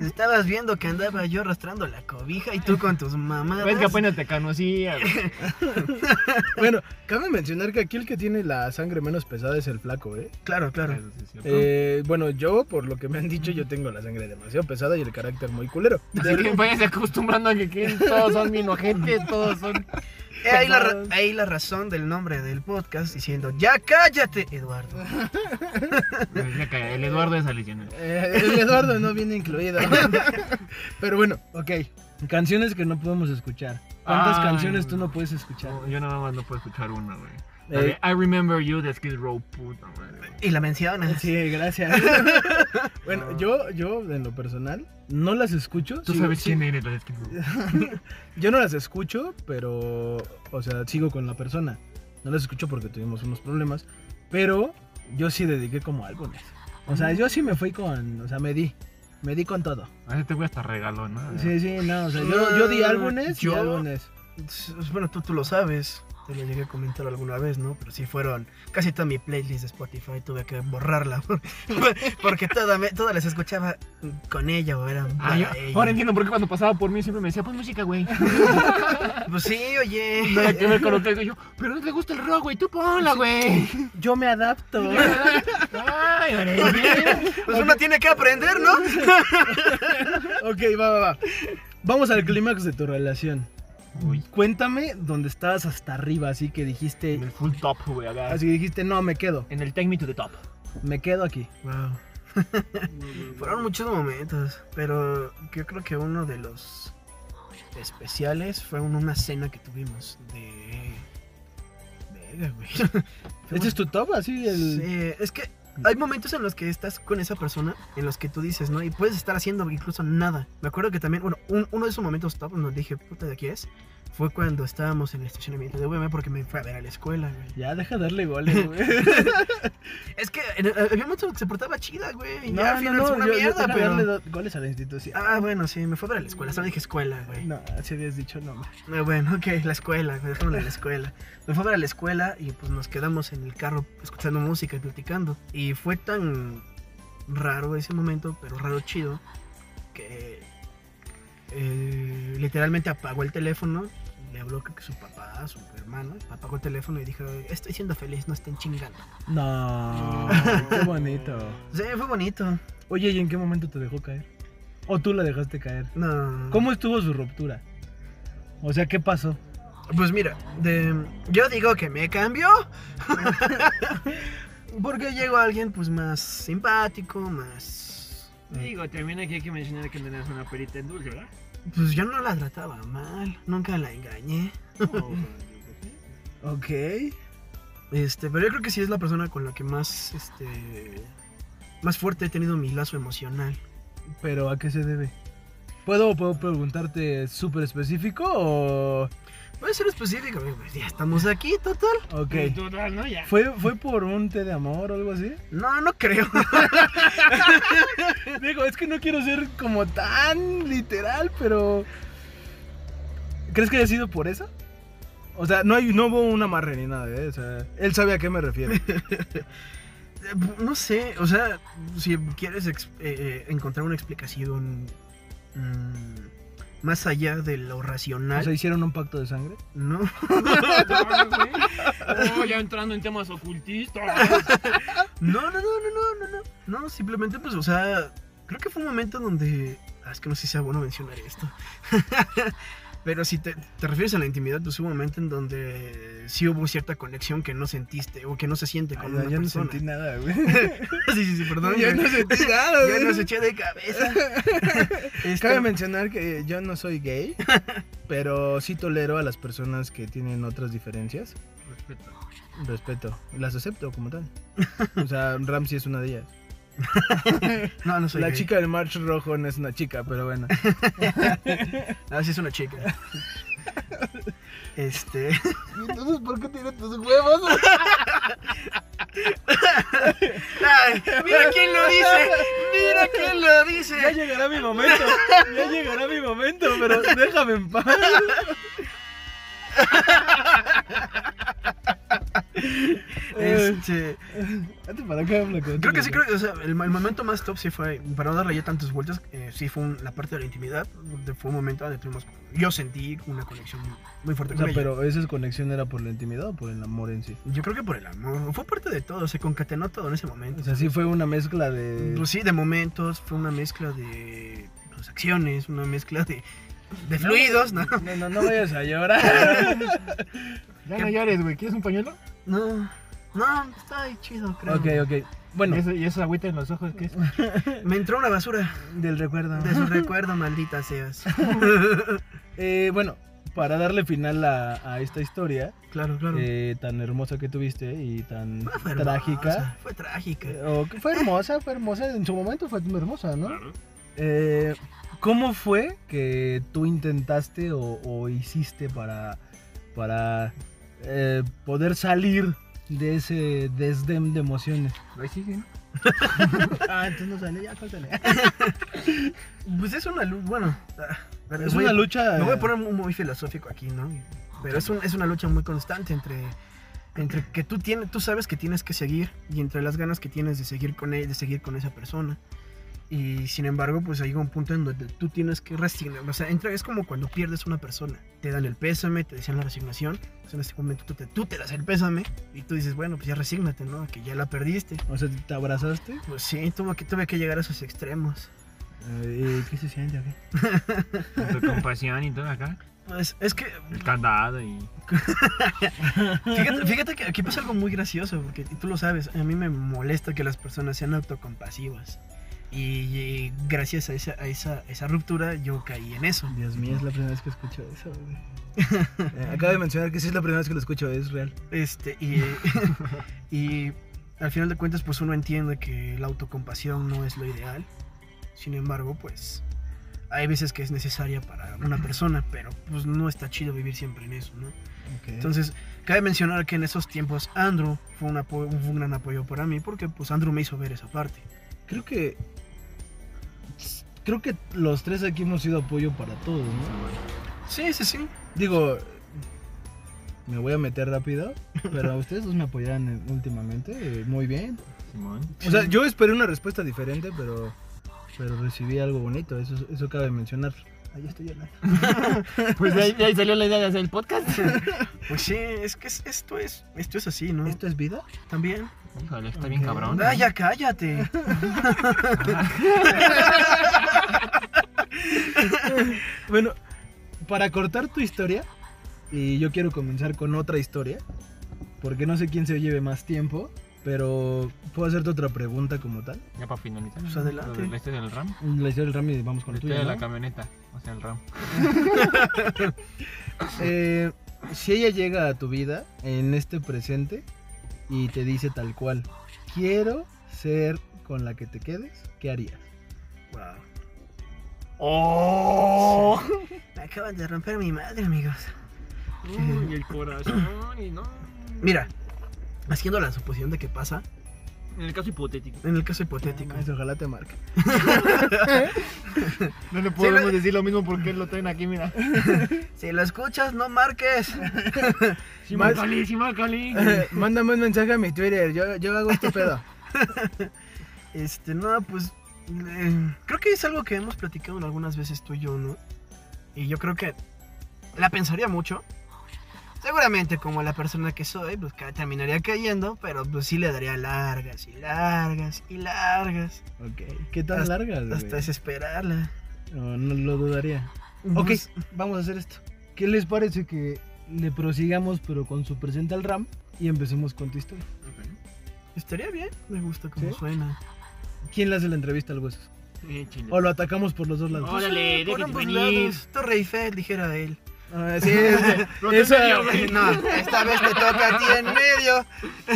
S2: <laughs> Estabas viendo que andaba yo arrastrando la cobija y tú con tus mamás.
S3: Ves Pues que apenas te conocía. güey.
S1: Bueno, cabe mencionar que aquí el que tiene la sangre menos pesada es el flaco, ¿eh?
S2: Claro, claro.
S3: Eso sí es cierto.
S1: Eh, bueno, yo, por lo que me han dicho, yo tengo la sangre demasiado pesada y el carácter muy culero.
S3: Así que váyanse acostumbrando a que, que todos son bien ojetes, todos son...
S2: Eh, ahí, la, ra- ahí la razón del nombre del podcast diciendo, ya cállate, Eduardo.
S3: pues, Ya cae, El Eduardo es aleccionero.
S1: Eh, el Eduardo no viene incluido. <laughs> Pero bueno, ok. Canciones que no podemos escuchar. ¿Cuántas
S3: Ay,
S1: canciones tú
S3: no.
S1: no puedes escuchar?
S3: No, yo nada más no puedo escuchar una, güey. La
S1: Eh,
S3: de I remember you de Skid Row, puta madre.
S2: Y la mencionas.
S1: Sí, gracias. bueno, yo, yo en lo personal no las escucho.
S3: Tú
S1: sigo-
S3: sabes
S1: sí,
S3: quién eres la de Skid Row.
S1: Yo no las escucho, pero, o sea, sigo con la persona. No las escucho porque tuvimos unos problemas, pero yo sí dediqué como álbumes. O sea, yo sí me fui con, o sea, me di, me di con todo.
S3: A ese te voy hasta regaló, ¿no?
S1: Sí, sí, no, o sea, yo, yo di álbumes y
S2: Yo-
S1: álbumes.
S2: S- Pues, Bueno, tú, tú lo sabes. Te lo llegué a comentar alguna vez, ¿no? Pero sí fueron casi toda mi playlist de Spotify. Tuve que borrarla. <laughs> Porque todas toda las escuchaba con ella o eran para
S3: Ah, yo-
S2: ella.
S3: ahora entiendo por qué cuando pasaba por mí siempre me decía, pon
S1: <laughs>
S3: música, güey.
S2: Pues sí, oye.
S3: Nada que ver con lo que digo yo, pero no te gusta el rock, güey, tú ponla,
S1: <laughs>
S3: güey.
S1: Yo me adapto.
S3: Ay, ahora
S2: Pues uno tiene que aprender, ¿no?
S1: ok, va, va, va. Vamos al clímax de tu relación.
S3: Uy,
S1: Cuéntame dónde estabas hasta arriba, así que dijiste,
S3: en el full top, güey, acá.
S1: así que dijiste, no, me quedo,
S3: En el take me to the top.
S1: me quedo aquí.
S2: Wow.
S1: <laughs>
S2: Fueron muchos momentos, pero yo creo que uno de los especiales fue en una cena que tuvimos de... Verga, güey.
S1: <laughs> ¿Este es tu top? Así el...
S2: Sí, es que hay momentos en los que estás con esa persona, en los que tú dices, ¿no? Y puedes estar haciendo incluso nada. Me acuerdo que también, bueno, un- uno de esos momentos top donde dije, puta, de aquí es, fue cuando estábamos en el estacionamiento de VM porque me fue a ver a la escuela, güey.
S1: Ya, deja de darle goles, güey.
S2: Es que eh, había mucho que se portaba chida, güey.
S1: <laughs>
S2: y
S1: No,
S2: <laughs> ya, al
S1: no,
S2: final es
S1: no,
S2: una
S1: yo, yo
S2: mierda,
S1: quería darle
S2: pero...
S1: do- goles a la institución.
S2: Ah, bueno, sí, me fue a ver a la escuela. Solo dije escuela, güey.
S1: No, así habías dicho no. ma.
S2: Ah, Bueno, ok, la escuela, me dejaron en la escuela. Me fue a ver a la escuela y pues nos quedamos en el carro escuchando música y platicando. Y fue tan raro ese momento, pero raro chido, que eh, literalmente apagó el teléfono. Le habló creo que su papá, su hermano, apagó el teléfono y dijo, estoy siendo feliz, no estén chingando.
S1: No, qué bonito.
S2: Sí, fue bonito.
S1: Oye, ¿y en qué momento te dejó caer? ¿O tú la dejaste caer?
S2: No.
S1: ¿Cómo estuvo su ruptura? O sea, ¿qué pasó?
S2: Pues mira, de- yo digo que me cambió. <laughs> Porque llegó alguien pues más simpático, más...
S1: Mm.
S2: eh,
S3: Digo, también aquí hay que mencionar que tenías una perita en dulce, ¿verdad?
S2: Pues yo no la trataba mal, nunca la engañé.
S1: Ok.
S2: Este, pero yo creo que sí es la persona con la que más, este... Más fuerte he tenido mi lazo emocional.
S1: Pero ¿a qué se debe? ¿Puedo, puedo preguntarte súper específico o...?
S2: Puede ser específico, güey, pues ya estamos aquí, total.
S1: Ok.
S3: Total, ¿no? Ya.
S1: ¿Fue, ¿Fue por un té de amor o algo así?
S2: No, no creo.
S1: Digo, es que no quiero ser como tan literal, pero... ¿Crees que haya sido por eso? O sea, no, hay, no hubo un amarre ni nada, ¿eh? O sea, él sabe a qué me refiero.
S2: No sé, o sea, si quieres ex- eh, eh, encontrar una explicación mm, más allá de lo
S1: O
S2: racional,
S1: sea, hicieron un pacto de sangre.
S2: ¿no?
S3: Oh, ya entrando en temas ocultistas.
S2: No, no, no, no, no, no, no. No, simplemente, pues, o sea, creo que fue un momento donde. ah, es que no sé si sea bueno mencionar esto. <laughs> Pero si te, te refieres a la intimidad, pues hubo un momento en donde sí hubo cierta conexión que no sentiste o que no se siente con una
S1: yo Ah, no
S2: persona.
S1: sentí nada, güey.
S2: <laughs> sí, sí, sí, perdón.
S1: yo no
S2: güey. <laughs>
S1: sentí nada,
S2: Ya
S1: güey.
S2: nos eché de <laughs> cabeza. Este,
S1: Cabe mencionar que yo no soy
S2: <laughs>
S1: gay, pero sí tolero a las personas que tienen otras diferencias.
S3: Respeto.
S1: Respeto, las acepto como
S2: <laughs>
S1: tal. O sea, Ramsey es una de ellas.
S2: No, no soy
S1: La
S2: gay.
S1: chica del March Rojo no es una chica, pero bueno.
S2: Ah, sí es una <laughs> chica. Este.
S1: Entonces, <laughs> ¿por qué tiene tus huevos?
S2: Ay, mira quién <laughs> lo dice. Mira quién lo dice.
S1: Ya llegará mi momento, ya llegará mi momento, pero déjame en
S2: <laughs>
S1: paz.
S2: Este.
S1: Vete para acá, flaco.
S2: Creo que sí, creo que o sea, el, el momento más top sí fue, para no darle ya tantas vueltas, eh, sí fue un- la parte de la intimidad, donde fue un momento donde tuvimos, yo sentí una conexión muy fuerte
S1: O
S2: con
S1: sea,
S2: ella.
S1: pero esa conexión era por la intimidad o por el amor en sí.
S2: Yo creo que por el amor, fue parte de todo, se concatenó todo en ese
S1: O
S2: momento.
S1: sea, sí fue una mezcla de.
S2: Pues sí, de momentos, fue una mezcla de pues, acciones, una mezcla de, de fluidos, ¿no?
S1: No, no, no vayas a llorar.
S2: <laughs>
S3: Ya
S2: no
S3: llores, güey. ¿Quieres un pañuelo?
S2: No, no, está chido, creo.
S1: ok, ok. Bueno,
S3: ¿Y esa agüita en los ojos qué es?
S2: Me entró una basura
S1: del recuerdo. <laughs>
S2: de su recuerdo, maldita seas.
S1: Eh, bueno, para darle final a, a esta historia
S2: Claro, claro.
S1: eh, tan hermosa que tuviste y tan
S2: No, fue
S1: trágica.
S2: hermosa, Fue trágica.
S1: eh, o que fue hermosa, fue hermosa. En su momento fue hermosa, ¿no?
S3: Claro.
S1: Eh, ¿Cómo fue que tú intentaste o, o hiciste para, para eh, poder salir de ese desdén de emociones?
S3: Ahí siguen.
S1: <laughs> Ah, entonces no sale, ya córtale.
S2: Pues es una luz, bueno. ah, pero
S1: Es
S2: voy a-
S1: una lucha.
S2: Me voy a poner muy, muy filosófico aquí, ¿no? Pero es, un- es una lucha muy constante entre, entre que tú, tienes, tú sabes que tienes que seguir y entre las ganas que tienes de seguir con él, de seguir con esa persona. Y sin embargo, pues hay un punto en donde tú tienes que resignar. O sea, entra, es como cuando pierdes una persona. Te dan el pésame, te dicen la resignación. Pues en este momento tú te, tú te das el pésame y tú dices, bueno, pues ya resígnate, ¿no? Que ya la perdiste.
S1: O sea, te abrazaste.
S2: Pues sí, tuve que, tuve que llegar a esos extremos.
S1: eh, ¿Y qué se siente? o qué?
S3: Con tu compasión y todo acá.
S2: Pues es que
S3: El candado y.
S2: Fíjate, fíjate que aquí pasa algo muy gracioso, porque y tú lo sabes, a mí me molesta que las personas sean autocompasivas. Y, y gracias a esa, a esa, a esa ruptura yo caí en eso.
S1: Dios mío, es la primera vez que escucho eso. güey. <laughs> Eh, acabo de mencionar que sí es la primera vez que lo escucho, es real.
S2: Este, y, <laughs> y al final de cuentas, pues uno entiende que la autocompasión no es lo ideal. Sin embargo, pues hay veces que es necesaria para
S1: <clears throat>
S2: una persona, pero pues no está chido vivir siempre en eso, ¿no? Entonces, cabe mencionar que en esos tiempos Andrew fue un, apo- fue un gran apoyo para mí porque pues Andrew me hizo ver esa parte.
S1: creo que. Creo que los tres aquí hemos sido apoyo para todos, ¿no?
S2: Sí, sí, sí.
S1: Digo, me voy a meter rápido, pero ustedes dos me apoyaron eh, últimamente eh, muy bien.
S3: Simón.
S1: O sea, yo esperé una respuesta diferente, pero, pero recibí algo bonito, eso, eso cabe mencionar. Ahí estoy hablando.
S3: Pues de ahí, de ahí salió la idea de hacer el <laughs> podcast.
S2: Pues sí, es que es- esto es esto es así, ¿no?
S1: ¿Esto es vida?
S2: También.
S3: Híjole, está bien
S1: Ok.
S3: cabrón.
S2: Ah, ya cállate.
S1: Bueno, para cortar tu historia, y yo quiero comenzar con otra historia, porque no sé quién se lleve más tiempo, pero puedo hacerte otra pregunta como tal.
S3: Ya para finalizar.
S2: Pues adelante.
S3: Lo del- Este del RAM.
S1: La historia del Rami, vamos con la
S3: Este
S1: tuya.
S3: de la
S1: ¿no?
S3: camioneta. O sea, el RAM.
S1: Eh, si ella llega a tu vida en este presente y te dice tal cual, quiero ser con la que te quedes, ¿qué harías?
S2: Wow.
S3: ¡Oh!
S2: <laughs> Me acaban de romper mi madre, amigos.
S3: Uy, el corazón Ah, y no.
S2: Mira, haciendo la suposición de que pasa,
S3: En el caso hipotético.
S2: en el caso hipotético.
S1: Maestro, ojalá te marque.
S3: No le
S2: podemos
S3: decir lo mismo porque lo traen aquí, mira.
S2: Si lo escuchas, no marques.
S3: Sí,
S1: Más-
S3: Macali, sí, Macali.
S1: <laughs> Mándame un mensaje a mi Twitter, yo, yo hago este pedo.
S2: Este, no, pues. eh, creo que es algo que hemos platicado en algunas veces tú y yo, ¿no? Y yo creo que la pensaría mucho. Seguramente, como la persona que soy, pues ca- terminaría cayendo, pero pues sí le daría largas y largas y largas
S1: <laughs> Ok, ¿qué tan
S2: Hasta-
S1: largas? güey?
S2: hasta desesperarla.
S1: No, no lo dudaría. Ok,
S2: Pues,
S1: vamos a hacer esto. ¿Qué les parece que le prosigamos pero con su presente al RAM y empecemos con tu historia?
S2: estaría bien, me gusta como
S1: ¿Sí?
S2: suena.
S1: ¿Quién le hace la entrevista al hueso?
S3: Bien chile.
S1: O lo atacamos por los dos lados.
S2: Pues,
S3: Órale,
S2: eh, Por
S3: déjate
S2: ambos
S3: venir.
S2: lados, Torre Eiffel, dijera
S3: <laughs>
S2: él.
S1: Ah, sí, este, esa-
S2: No, esta vez te toca a ti en medio.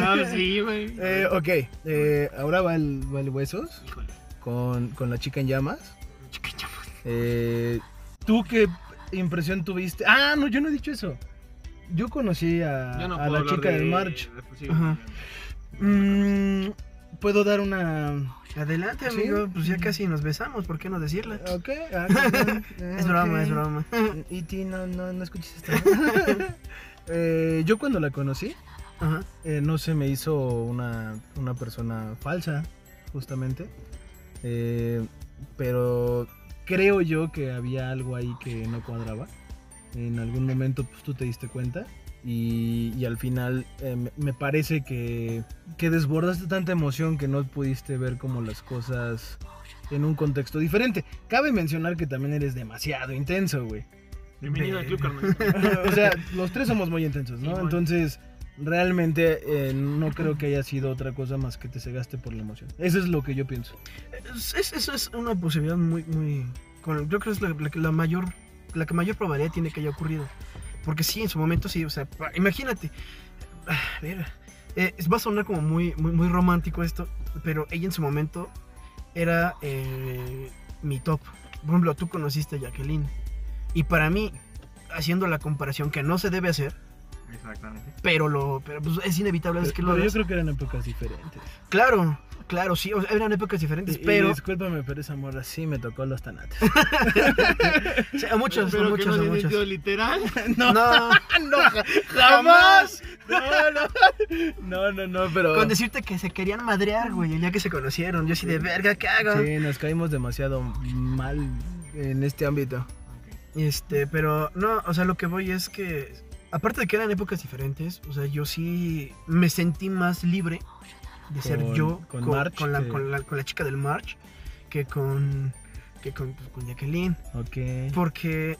S3: Ah, sí, güey.
S1: Eh, ok, eh, ahora va el, va el huesos
S3: Híjole.
S1: con, con la chica en llamas.
S3: Chica, chapa.
S1: Eh, ¿Tú qué impresión tuviste? Ah, no, yo no he dicho eso. Yo conocí a,
S3: Yo no
S1: a
S3: puedo
S1: la
S3: hablar
S1: chica
S3: de-
S1: del March.
S3: Sí,
S2: Ajá.
S1: Mm, Puedo dar una...
S2: Adelante,
S1: ¿Ah, Sí. Mm.
S2: amigo, pues ya casi nos besamos, ¿por qué no decirle?
S1: Ok,
S3: <laughs>
S1: ah, cabrón, eh,
S2: Es broma,
S1: ok. <laughs>
S2: es broma.
S1: Y ti, no, no, no escuches esto. <laughs> Eh, yo cuando la conocí,
S2: Ajá.
S1: eh, no se me hizo una, una persona falsa, justamente. Eh, pero creo yo que había algo ahí que no cuadraba. En algún momento pues, tú te diste cuenta. Y, y al final eh, me- me parece que, que desbordaste tanta emoción que no pudiste ver como las cosas en un contexto diferente. Cabe mencionar que también eres demasiado intenso, güey.
S3: Bienvenido al club, carnal.
S1: <laughs> o sea, los tres somos muy intensos,
S3: Sí,
S1: ¿no?
S3: muy.
S1: Entonces, realmente eh, no creo que haya sido otra cosa más que te cegaste por la emoción. Eso es lo que yo pienso.
S2: Es- es- Eso es, una posibilidad muy, muy... con- yo creo que es la, la que- la mayor, la que mayor probabilidad tiene que haya ocurrido. Porque sí, en su momento sí, o sea, pa- imagínate. Ah, verga. Eh, es- va a sonar como muy, muy, muy romántico esto, pero ella en su momento era eh, mi top. Por ejemplo, tú conociste a Jacqueline. Y para mí, haciendo la comparación que no se debe hacer,
S3: Exactamente.
S2: pero lo pero pues, es inevitable es que lo
S1: Pero yo
S2: hagas.
S1: creo que eran épocas diferentes.
S2: Claro, claro, sí, o sea, eran épocas diferentes,
S1: Y- y
S2: pero
S1: discúlpame, pero esa morra sí me tocó los
S2: <laughs>
S1: tanates.
S2: o sea, a muchos, a muchos, a muchos.
S3: literal.
S2: <laughs> Ah, No,
S1: <laughs> ¡No! ja- ¡Jamás! No, <laughs> no. No, no, no, pero.
S2: con decirte que se querían madrear, güey, el día que se conocieron. Yo así de verga, ¿qué hago?
S1: Sí, nos caímos demasiado mal en este ámbito.
S2: Este, pero no, o sea, lo que voy es que, aparte de que eran épocas diferentes, o sea, yo sí me sentí más libre de ser
S1: Con-
S2: yo
S1: con March,
S2: con, la,
S1: que-
S2: con la- con la chica del March que con, que con, pues, con Jacqueline.
S1: Ok.
S2: Porque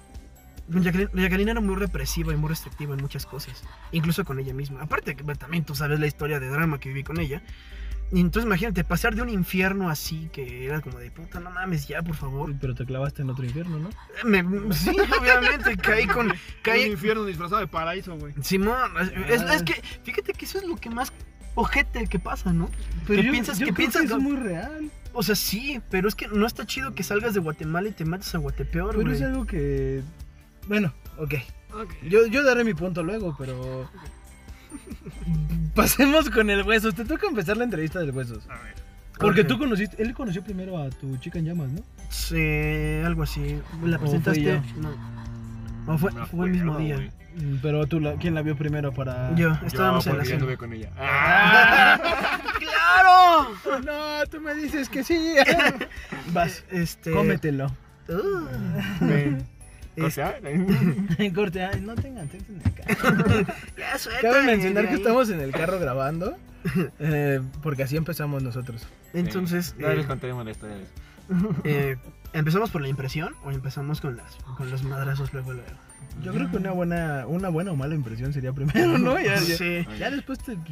S2: Jacqueline, Jacqueline era muy represiva y muy restrictiva en muchas cosas, incluso con ella misma. Aparte, que, bueno, también tú sabes la historia de drama que viví con ella. Y entonces imagínate, pasar de un infierno así, que era como de puta, no mames, ya, por favor.
S1: Pero te clavaste en otro infierno, ¿no?
S2: Me- sí, obviamente, caí con... Caí,
S3: infierno disfrazado de paraíso, güey.
S2: Simón, es, es que fíjate que eso es lo que más ojete el que pasa, ¿no?
S1: Pero
S2: ¿Qué
S1: yo-
S2: piensas?
S1: yo
S2: ¿Qué
S1: creo
S2: piensas?
S1: que es muy real.
S2: O sea, sí, pero es que no está chido que salgas de Guatemala y te mates a Guatepeor,
S1: Pero
S2: güey.
S1: es algo que. Bueno, ok.
S3: Ok.
S1: Yo, yo daré mi punto luego, pero. Pasemos con el huesos. Te toca empezar la entrevista del huesos.
S3: A ver.
S1: Porque
S2: Ok.
S1: tú conociste. Él conoció primero a tu chica en llamas, ¿no?
S2: Sí, algo así. ¿La
S1: ¿O fue
S2: presentaste?
S1: yo?
S2: No. No, fue-
S3: me
S2: fue el mismo día.
S3: acuerdo, güey.
S1: Mm, Pero tú, la- ¿quién la vio primero para.?
S2: Yo, estábamos
S3: Yo,
S2: en la <laughs>
S3: porque yo
S2: cena.
S3: anduve con ella. ¡Ah!
S2: ¡Claro!
S1: <laughs> No, tú me dices que
S2: <laughs>
S1: sí. Vas,
S2: Este.
S1: cómetelo. <laughs>
S2: Uh,
S3: Ven.
S2: este,
S3: O sea, <laughs>
S1: Corte, ay, no tengan sexo en el carro.
S2: ya suéltame
S1: Cabe
S2: de
S1: mencionar que
S2: ahí.
S1: estamos en el carro
S2: <laughs>
S1: grabando. eh, porque así empezamos nosotros.
S2: Entonces,
S3: Ya les
S2: eh,
S3: contaremos la historia de <laughs> eso.
S2: eh, ¿empezamos por la impresión o empezamos con, las, con los madrazos luego, luego?
S1: Yo creo que una buena, una buena o mala impresión sería primero, ¿no? Oh, Ya, ya-
S2: Sí.
S1: ya después te. <laughs>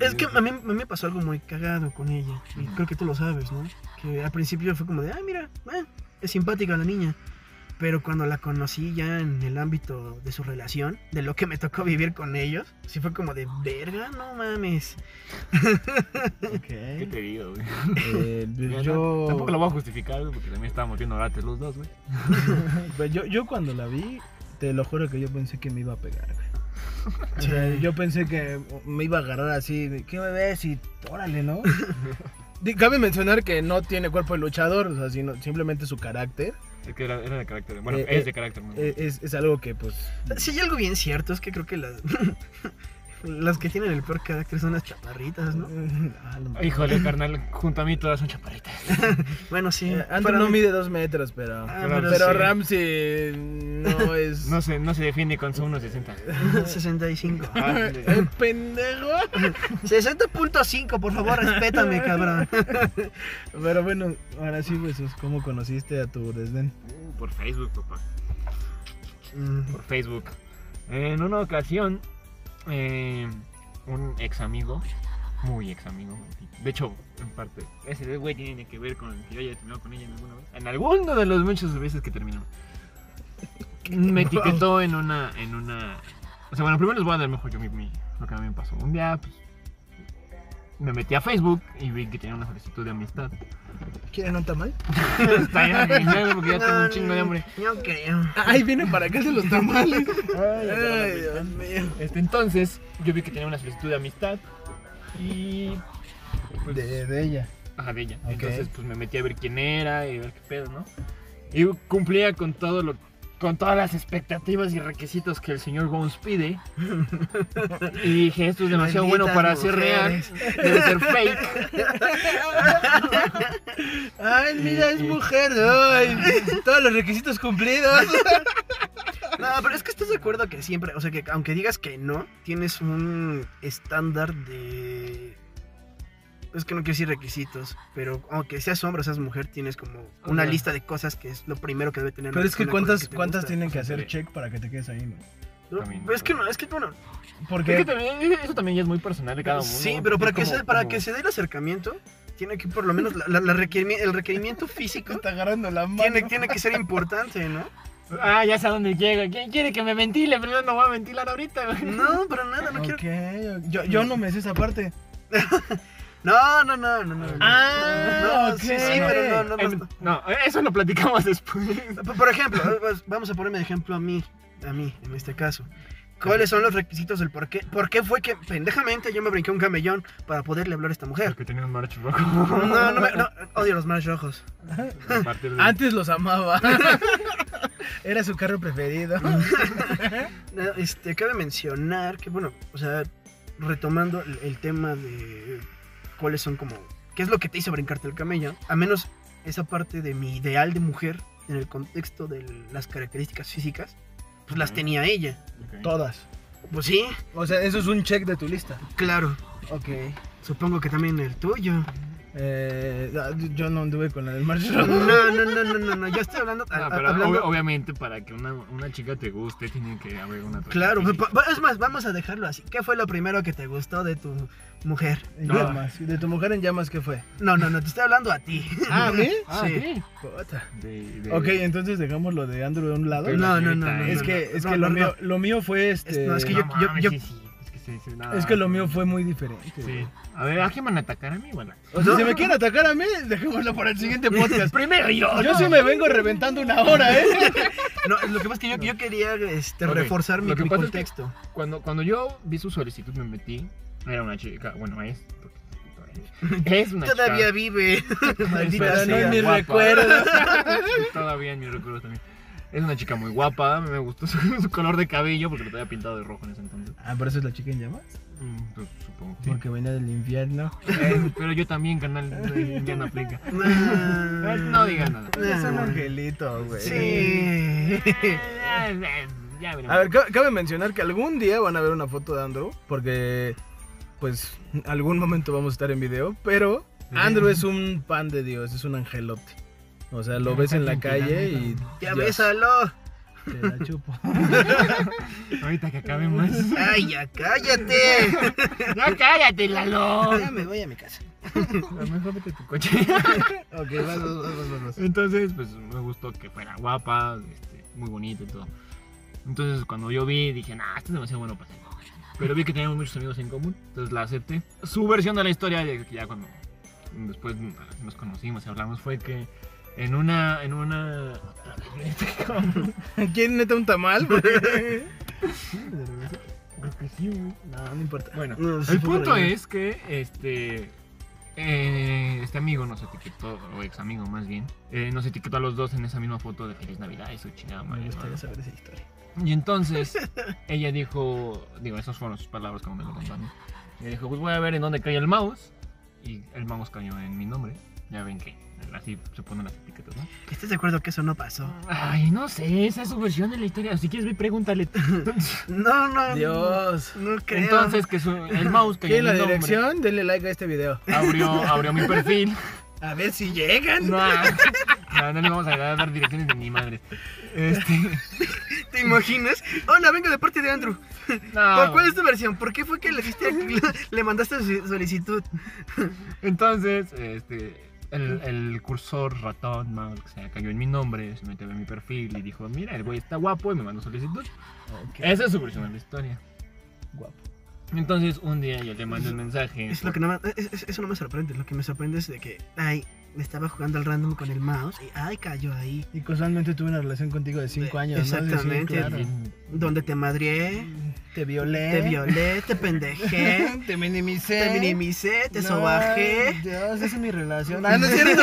S2: Es que a mí, a mí me pasó algo muy cagado con ella. Y creo que tú lo sabes, ¿no? Que al principio fue como de, ay, mira, eh, es simpática la niña. Pero cuando la conocí ya en el ámbito de su relación, de lo que me tocó vivir con ellos, sí fue como de, verga, no mames.
S3: ¿Qué
S1: Ok.
S3: te digo, güey?
S2: <laughs>
S1: Eh,
S3: Mira, no,
S1: yo,
S3: Tampoco lo voy a justificar, güey, porque también estábamos viendo gratis los dos, güey.
S1: <laughs> pues yo, yo cuando la vi, te lo juro que yo pensé que me iba a pegar. güey. O sea,
S2: Sí.
S1: yo pensé que me iba a agarrar así, ¿qué me ves? Y órale,
S2: <laughs>
S1: ¿no? Di- Cabe mencionar que no tiene cuerpo de luchador, o sea, sino simplemente su carácter
S3: Es que era, era de carácter. Bueno,
S1: Eh,
S3: es
S1: eh,
S3: de carácter, ¿no?
S1: eh, es, es algo que pues...
S2: Sí, hay algo bien cierto, es que creo que las, <laughs> las que tienen el peor carácter son las chaparritas, ¿no?
S1: <laughs> Ah, no.
S3: Híjole, carnal, junto a mí todas son chaparritas.
S2: Bueno, sí.
S1: Eh, Anton
S2: para
S1: no
S2: mí-
S1: mide dos metros, pero...
S2: Ah,
S3: pero
S1: Pero
S2: sí.
S1: Ramsey
S2: <laughs>
S1: no es...
S3: No se, no se define con
S1: <laughs>
S3: su 1.60.
S2: 65.
S3: Ah,
S1: ¡Eh, pendejo!
S2: 60.5, por favor, respétame, cabrón.
S1: Pero bueno, ahora sí, pues, ¿cómo conociste a tu desdén?
S3: Por Facebook, papá.
S2: Mm,
S3: Por Facebook. En una ocasión, eh, un ex amigo, muy ex amigo, de hecho, en parte, ese güey tiene que ver con que yo haya terminado con ella en alguna vez. En alguno de los muchos veces
S2: <laughs>
S3: que terminamos. Me
S1: Wow.
S3: etiquetó en una, en una... O sea, bueno, primero les voy a dar mejor yo mi, mi- lo que a mí me pasó. Un día, pues, me metí a Facebook y vi que tenía una solicitud de amistad. <laughs>
S1: ¿Quieren un tamal?
S3: Está bien, genial, porque ya tengo un chingo de hambre.
S2: No
S3: <laughs>
S2: creo.
S1: ¡Ay, vienen para acá de los tamales!
S3: Ay,
S1: ¡Ay, Dios mío!
S3: Este, entonces, yo vi que tenía una solicitud de amistad y. Pues,
S1: De, de ella.
S3: Ajá, de ella.
S1: Ok.
S3: Entonces, pues me metí a ver quién era y ver qué pedo, ¿no? Y cumplía con todo lo. Con todas las expectativas y requisitos que el señor Bones pide. Y dije, esto es demasiado bueno
S2: Benditas
S3: para ser real. Debe
S2: <laughs>
S3: ser fake.
S1: ¡Ay, mira, es mujer! <laughs> ¡Ay! Todos los requisitos cumplidos.
S2: No, pero es que estás de acuerdo que siempre, o sea, que aunque digas que no, tienes un estándar de. Es que no quiero decir requisitos, pero aunque seas hombre o seas mujer, tienes como una
S3: Ajá.
S2: lista de cosas que es lo primero que debe tener.
S1: <laughs> Pero
S2: una
S1: es que pues,
S2: persona con la
S1: ¿cuántas,
S2: te
S1: cuántas
S2: gusta.
S1: tienen que
S3: hacer
S1: hacer check para que te quedes ahí, no?
S2: No,
S3: También.
S2: pero es que no, es que bueno.
S1: Porque...
S3: Es que también- eso también ya es muy personal de cada uno.
S2: sí, pero para, que,
S3: Como-
S2: se, para
S3: como-
S2: que se dé el acercamiento, tiene que por lo menos la- la- la requerimi- el requerimiento
S1: <laughs>
S2: físico
S1: está agarrando la mano.
S2: tiene, tiene que ser
S1: <laughs>
S2: importante, ¿no?
S3: Ah, ya sé a dónde llega. ¿Quién quiere que me ventile? Pero yo no voy a ventilar ahorita, güey.
S2: No, para nada, no quiero.
S1: Ok, yo, yo no me sé esa parte.
S2: No, no, no, no, no. no.
S1: Ah,
S2: no,
S1: ok.
S2: sí, sí, pero no, no,
S3: Em,
S2: no.
S3: No, eso lo platicamos después.
S2: Por- Por ejemplo, pues, vamos a ponerme de ejemplo a mí, a mí, en este caso. ¿Cuáles son los requisitos del por qué? ¿Por qué fue que pendejamente yo me brinqué un camellón para poderle hablar a esta mujer?
S3: Porque tenía un marcho
S2: <laughs> No, no, me- no, odio los más rojos.
S3: A partir de...
S1: Antes los <laughs> amaba. Era su carro <laughs> preferido.
S2: No, Este, cabe mencionar que, bueno, o sea, retomando el, el tema de cuáles son como, qué es lo que te hizo brincarte el camello, a menos esa parte de mi ideal de mujer en el contexto de las características físicas, pues las
S3: Ujú.
S2: tenía ella.
S3: Ok.
S1: Todas.
S2: Pues sí,
S1: O sea, eso es un check de tu lista.
S2: claro.
S1: Ok.
S2: Supongo que también el tuyo.
S1: Eh, yo no anduve con la del <laughs>
S2: No,
S1: Marshall.
S2: no, no, no, no, no. Yo estoy hablando. a-
S3: <laughs> Ah,
S2: a-
S3: pero
S2: hablando-
S3: ob- obviamente para que una, una chica te guste tiene que haber una...
S2: Claro,
S3: Sí.
S2: pa- pa- es más, vamos a dejarlo así. ¿Qué fue lo primero que te gustó de tu mujer?
S1: En
S3: No.
S1: llamas. ¿De tu mujer en llamas qué fue?
S2: No, no, no, te estoy hablando a ti.
S1: ¿Ah, a mí?
S3: Ah,
S2: Sí.
S3: sí.
S1: Puta.
S3: De- de-
S1: Ok, entonces dejamos lo de Andrew de un lado.
S3: de
S2: No,
S3: la
S2: no, no,
S3: señorita,
S2: no,
S3: ¿eh?
S1: Es que,
S2: no,
S1: es
S2: no,
S1: que
S2: no,
S1: lo,
S2: no.
S1: mío, lo mío fue este.
S2: Es- no, es que yo-
S3: mames,
S2: yo-
S3: sí, sí, es que sí, sí, nada.
S1: Es que lo mío fue muy diferente.
S3: Sí. A ver, ¿a quién van a atacar a mí? Bueno,
S4: O sea, si me quieren atacar a mí, dejémoslo para el
S1: <laughs>
S4: siguiente podcast.
S3: primero yo.
S4: Yo sí me vengo reventando una hora, ¿eh?
S2: No, lo que pasa es que yo, yo quería este,
S3: Ok,
S2: reforzar mi,
S3: lo que
S2: mi
S3: pasa es que-
S2: contexto.
S3: Cuando, cuando yo vi su solicitud, me metí. Era una chica. Bueno, es. porque todavía- Es una
S2: Todavía
S3: chica.
S2: vive. <laughs> Maldita
S3: <laughs> Pero no
S2: sea.
S3: en mi
S4: mis
S3: guapa. <laughs>
S4: recuerdos.
S3: Todavía en mis recuerdos también. Es una chica muy guapa. Me gustó su, <laughs> su color de cabello porque lo había pintado de rojo en ese entonces.
S1: Ah, por eso es la chica en llamas. Ah.
S3: Mm, pues, supongo.
S1: Porque venía del infierno.
S3: Eh, pero yo también, canal. Ya no aplica.
S2: Ah.
S3: Eh, No digas <laughs> nada. Eh,
S1: Es un angelito, güey.
S3: <laughs>
S2: Sí.
S3: Ya veremos.
S1: A ver, ca- cabe mencionar que algún día van a ver una foto de Andrew, porque pues algún momento vamos a estar en video, pero Andrew es un pan de Dios, es un angelote. O sea, lo ves en la calle y
S2: Ya
S1: Dios,
S2: bésalo.
S1: Te la <laughs> chupo.
S3: Ahorita que acabe más. <laughs>
S2: Ay, ya cállate.
S3: ¡No, cállate, Lalo!
S2: Ya me voy a mi casa.
S3: Mejor vete a tu coche.
S4: Ok, vas, vas, vas, vas, vas.
S3: Entonces, pues me gustó que fuera guapa, este, muy bonita y todo. Entonces, cuando yo vi, dije, nah, esto es demasiado bueno para ser novio". Pero vi que teníamos muchos amigos en común, entonces la acepté. Su versión de la historia, ya, ya cuando después nos conocimos y hablamos, fue que en una. En una... <laughs>
S4: ¿Quién neta un
S1: <laughs>
S4: tamal? Porque-
S3: Creo que sí, güey.
S1: No, no importa.
S3: Bueno,
S2: No, sí
S3: el
S2: fue
S3: punto
S2: por ahí.
S3: es que este eh, este amigo nos etiquetó, o ex amigo más bien, eh, nos etiquetó a los dos en esa misma foto de Feliz Navidad y su chingada
S1: Me
S3: madre.
S1: gustaría
S3: ¿no?
S1: saber esa historia.
S3: Y entonces ella dijo, digo, esas fueron sus palabras como me lo contaron. Ella dijo, pues voy a ver en dónde cae el mouse. Y el mouse cayó en mi nombre. Ya ven que así se ponen las etiquetas, ¿no?
S2: ¿Estás de acuerdo que eso no pasó?
S3: Ay, no sé, esa es su versión de la historia. Si quieres, ve,
S2: <laughs>
S3: y pregúntale.
S2: No, no.
S1: Dios.
S2: No creo.
S3: Entonces, que su- el mouse cayó en
S1: ¿Quieren
S3: mi
S1: la
S3: nombre.
S1: dirección? Denle like a este video.
S3: Abrió, abrió
S2: <laughs>
S3: mi perfil.
S1: A ver si llegan.
S3: No, <laughs> no, no le vamos a dar direcciones de mi madre. Este,
S2: ¿Te imaginas? Hola, vengo de parte de Andrew.
S3: no.
S2: ¿Por cuál es tu versión? ¿Por qué fue que le, diste- le mandaste su solicitud?
S3: Entonces, este, el, el cursor ratón, mouse, lo que sea, cayó en mi nombre, se metió en mi perfil y dijo, mira, el güey está guapo y me mandó solicitud. Esa es su versión de la historia.
S1: Guapo.
S3: Entonces, un día yo le mando el mensaje.
S2: Es lo que no me- es- es- eso no me sorprende. Lo que me sorprende es de que, ay, me estaba jugando al random con el mouse y, ay, cayó ahí.
S1: Y casualmente tuve una relación contigo de 5
S2: Eh,
S1: años. ¿no? Sí, sí,
S2: exactamente.
S1: claro.
S2: Donde te madrié,
S1: Te violé.
S2: te violé, te pendejé,
S1: <laughs> Te minimicé.
S2: te minimicé, te
S1: No,
S2: sobajé.
S1: Dios, esa es mi relación.
S4: Ah, no es cierto.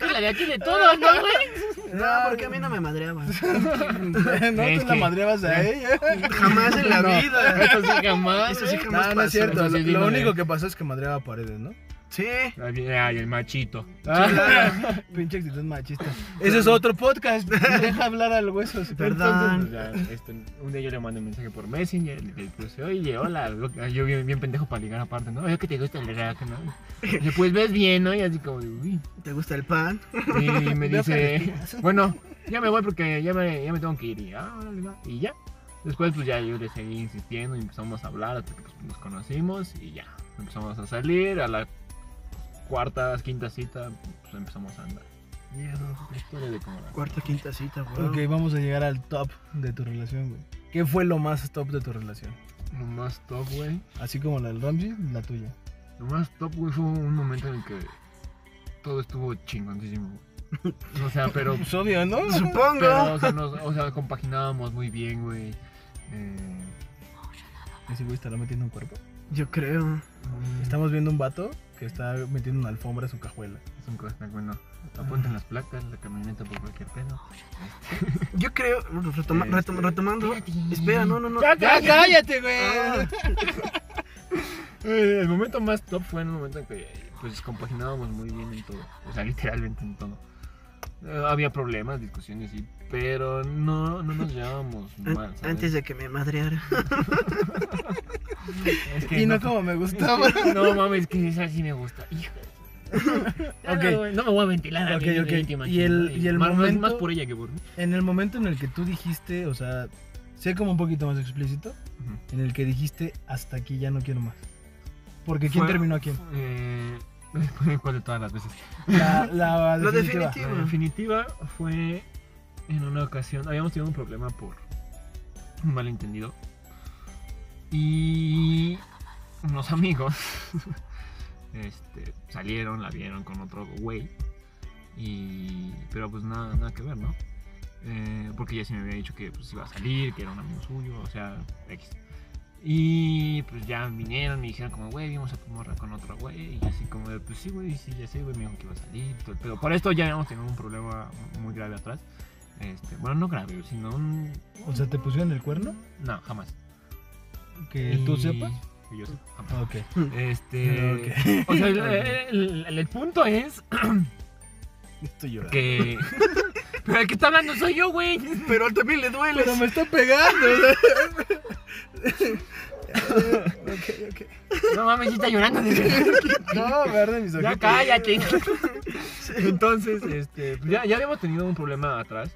S3: que la de aquí de todo, ¿no, güey?
S2: No, porque a mí no me madreabas.
S1: <laughs> no,
S3: Es
S1: tú la
S3: que-
S1: madreabas a ella.
S2: Jamás en la
S3: No,
S2: vida.
S3: Eso sí, jamás.
S2: Eso sí
S3: ¿eh?
S2: jamás
S1: No, no
S2: pasó.
S1: es cierto.
S3: Eso sí,
S1: lo-
S3: dímelo.
S1: lo único que pasó es que madreaba paredes, ¿no?
S2: Sí.
S3: Ay, el machito.
S1: Pinche actitud machista. Ah. Ese es otro podcast. Deja hablar al hueso. si-
S2: Perdón.
S3: Entonces, pues, ya, este, un día yo le mandé un mensaje por Messenger, le le puse, oye, hola, lo- yo bien, bien pendejo para ligar aparte, ¿no? Yo que te gusta el rack, ¿no? Y pues ves bien, ¿no? Y así como, de, uy.
S2: ¿Te gusta el pan?
S3: Y me
S1: Veo que
S3: dice, bueno, ya me voy porque ya me, ya me tengo que ir. Y, "Ah, órale, va". Y ya. Después, pues ya yo le seguí insistiendo y empezamos a hablar hasta que pues, nos conocimos y ya. Empezamos a salir, a la cuarta, quinta cita, pues empezamos a andar. Y esa es la historia de cómo la-
S2: Cuarta, quinta cita, wow.
S1: Ok, vamos a llegar al top de tu relación, güey. ¿Qué fue lo más top de tu relación?
S3: Lo más top, güey.
S1: Así como la del Ramsey, la tuya.
S3: Lo más top, güey, fue un momento en el que todo estuvo chingoncísimo. güey. O sea,
S1: <laughs>
S3: pero.
S1: Pues obvio, ¿no?
S3: pero,
S2: Supongo.
S3: o, sea, nos- o sea, compaginábamos muy bien, güey. Eh,
S1: Ese güey estará metiendo un cuerpo.
S2: Yo creo.
S3: mm,
S1: Estamos viendo un vato que está metiendo una alfombra en su cajuela.
S3: Es un costal, bueno. Apunten las placas, la camioneta por cualquier pedo.
S2: Yo creo. retoma-
S3: Este,
S2: retoma- retomando. Espera, no, no, no.
S1: cállate, güey!
S2: Ah,
S3: Eh, el momento más top fue en un momento en que pues compaginábamos muy bien en todo. O sea, <laughs> literalmente en todo. Eh, había problemas, discusiones, y, pero no, no nos llevábamos
S2: an-
S3: mal. ¿sabes?
S2: antes de que me
S3: <laughs>
S2: madreara.
S3: Es que
S1: Y no
S3: no-
S1: como <laughs> me
S3: Es
S1: gustaba.
S3: que- No mames, que esa sí me gusta. <laughs> Hijo de su-
S1: Ok.
S3: No, no, no me voy a ventilar. a
S1: Ok,
S3: mi vida
S1: ok.
S3: íntima,
S1: Y el-
S3: chingada.
S1: y el
S3: más, más-
S1: momento-
S3: Más por ella que por mí.
S1: En el momento en el que tú dijiste, o sea, sé como un poquito más explícito, en el que dijiste, hasta aquí ya no quiero más. Porque ¿quién
S3: Fue-
S1: terminó a quién?
S3: Eh, <laughs> ¿Cuál de todas las veces?
S1: La,
S3: <laughs>
S1: la
S2: Lo
S1: definitiva.
S2: definitivo.
S3: La definitiva fue en una ocasión. Habíamos tenido un problema por un malentendido. Y Y unos amigos este, salieron, la vieron con otro güey. Y, pero pues nada, nada que ver, ¿no? Eh, porque ella sí me había dicho que pues, iba a salir, que era un amigo suyo, o sea, X. Y pues ya vinieron, me dijeron como, güey, vimos a tu morra con otro güey. Y yo así como, de, pues sí, güey, sí, ya sé, güey, me dijo que iba a salir. y todo el pedo. por esto ya habíamos tenido un problema muy grave atrás. Este, bueno, no grave, sino un...
S1: O sea, ¿te pusieron el cuerno?
S3: No, jamás.
S1: Que tú sepas.
S3: Que yo sepa, jamás.
S1: Ah, Ok.
S3: Este. O sea, el, el- el- el punto es
S1: Estoy llorando.
S3: que. Pero el que está hablando soy yo, güey.
S5: Pero también le duele.
S1: Pero me está pegando. o sea. <laughs>
S3: No mames, sí está llorando.
S1: No, agarren mis
S3: ya
S1: ojitos.
S3: cállate. Entonces, este. pues ya, ya habíamos tenido un problema atrás.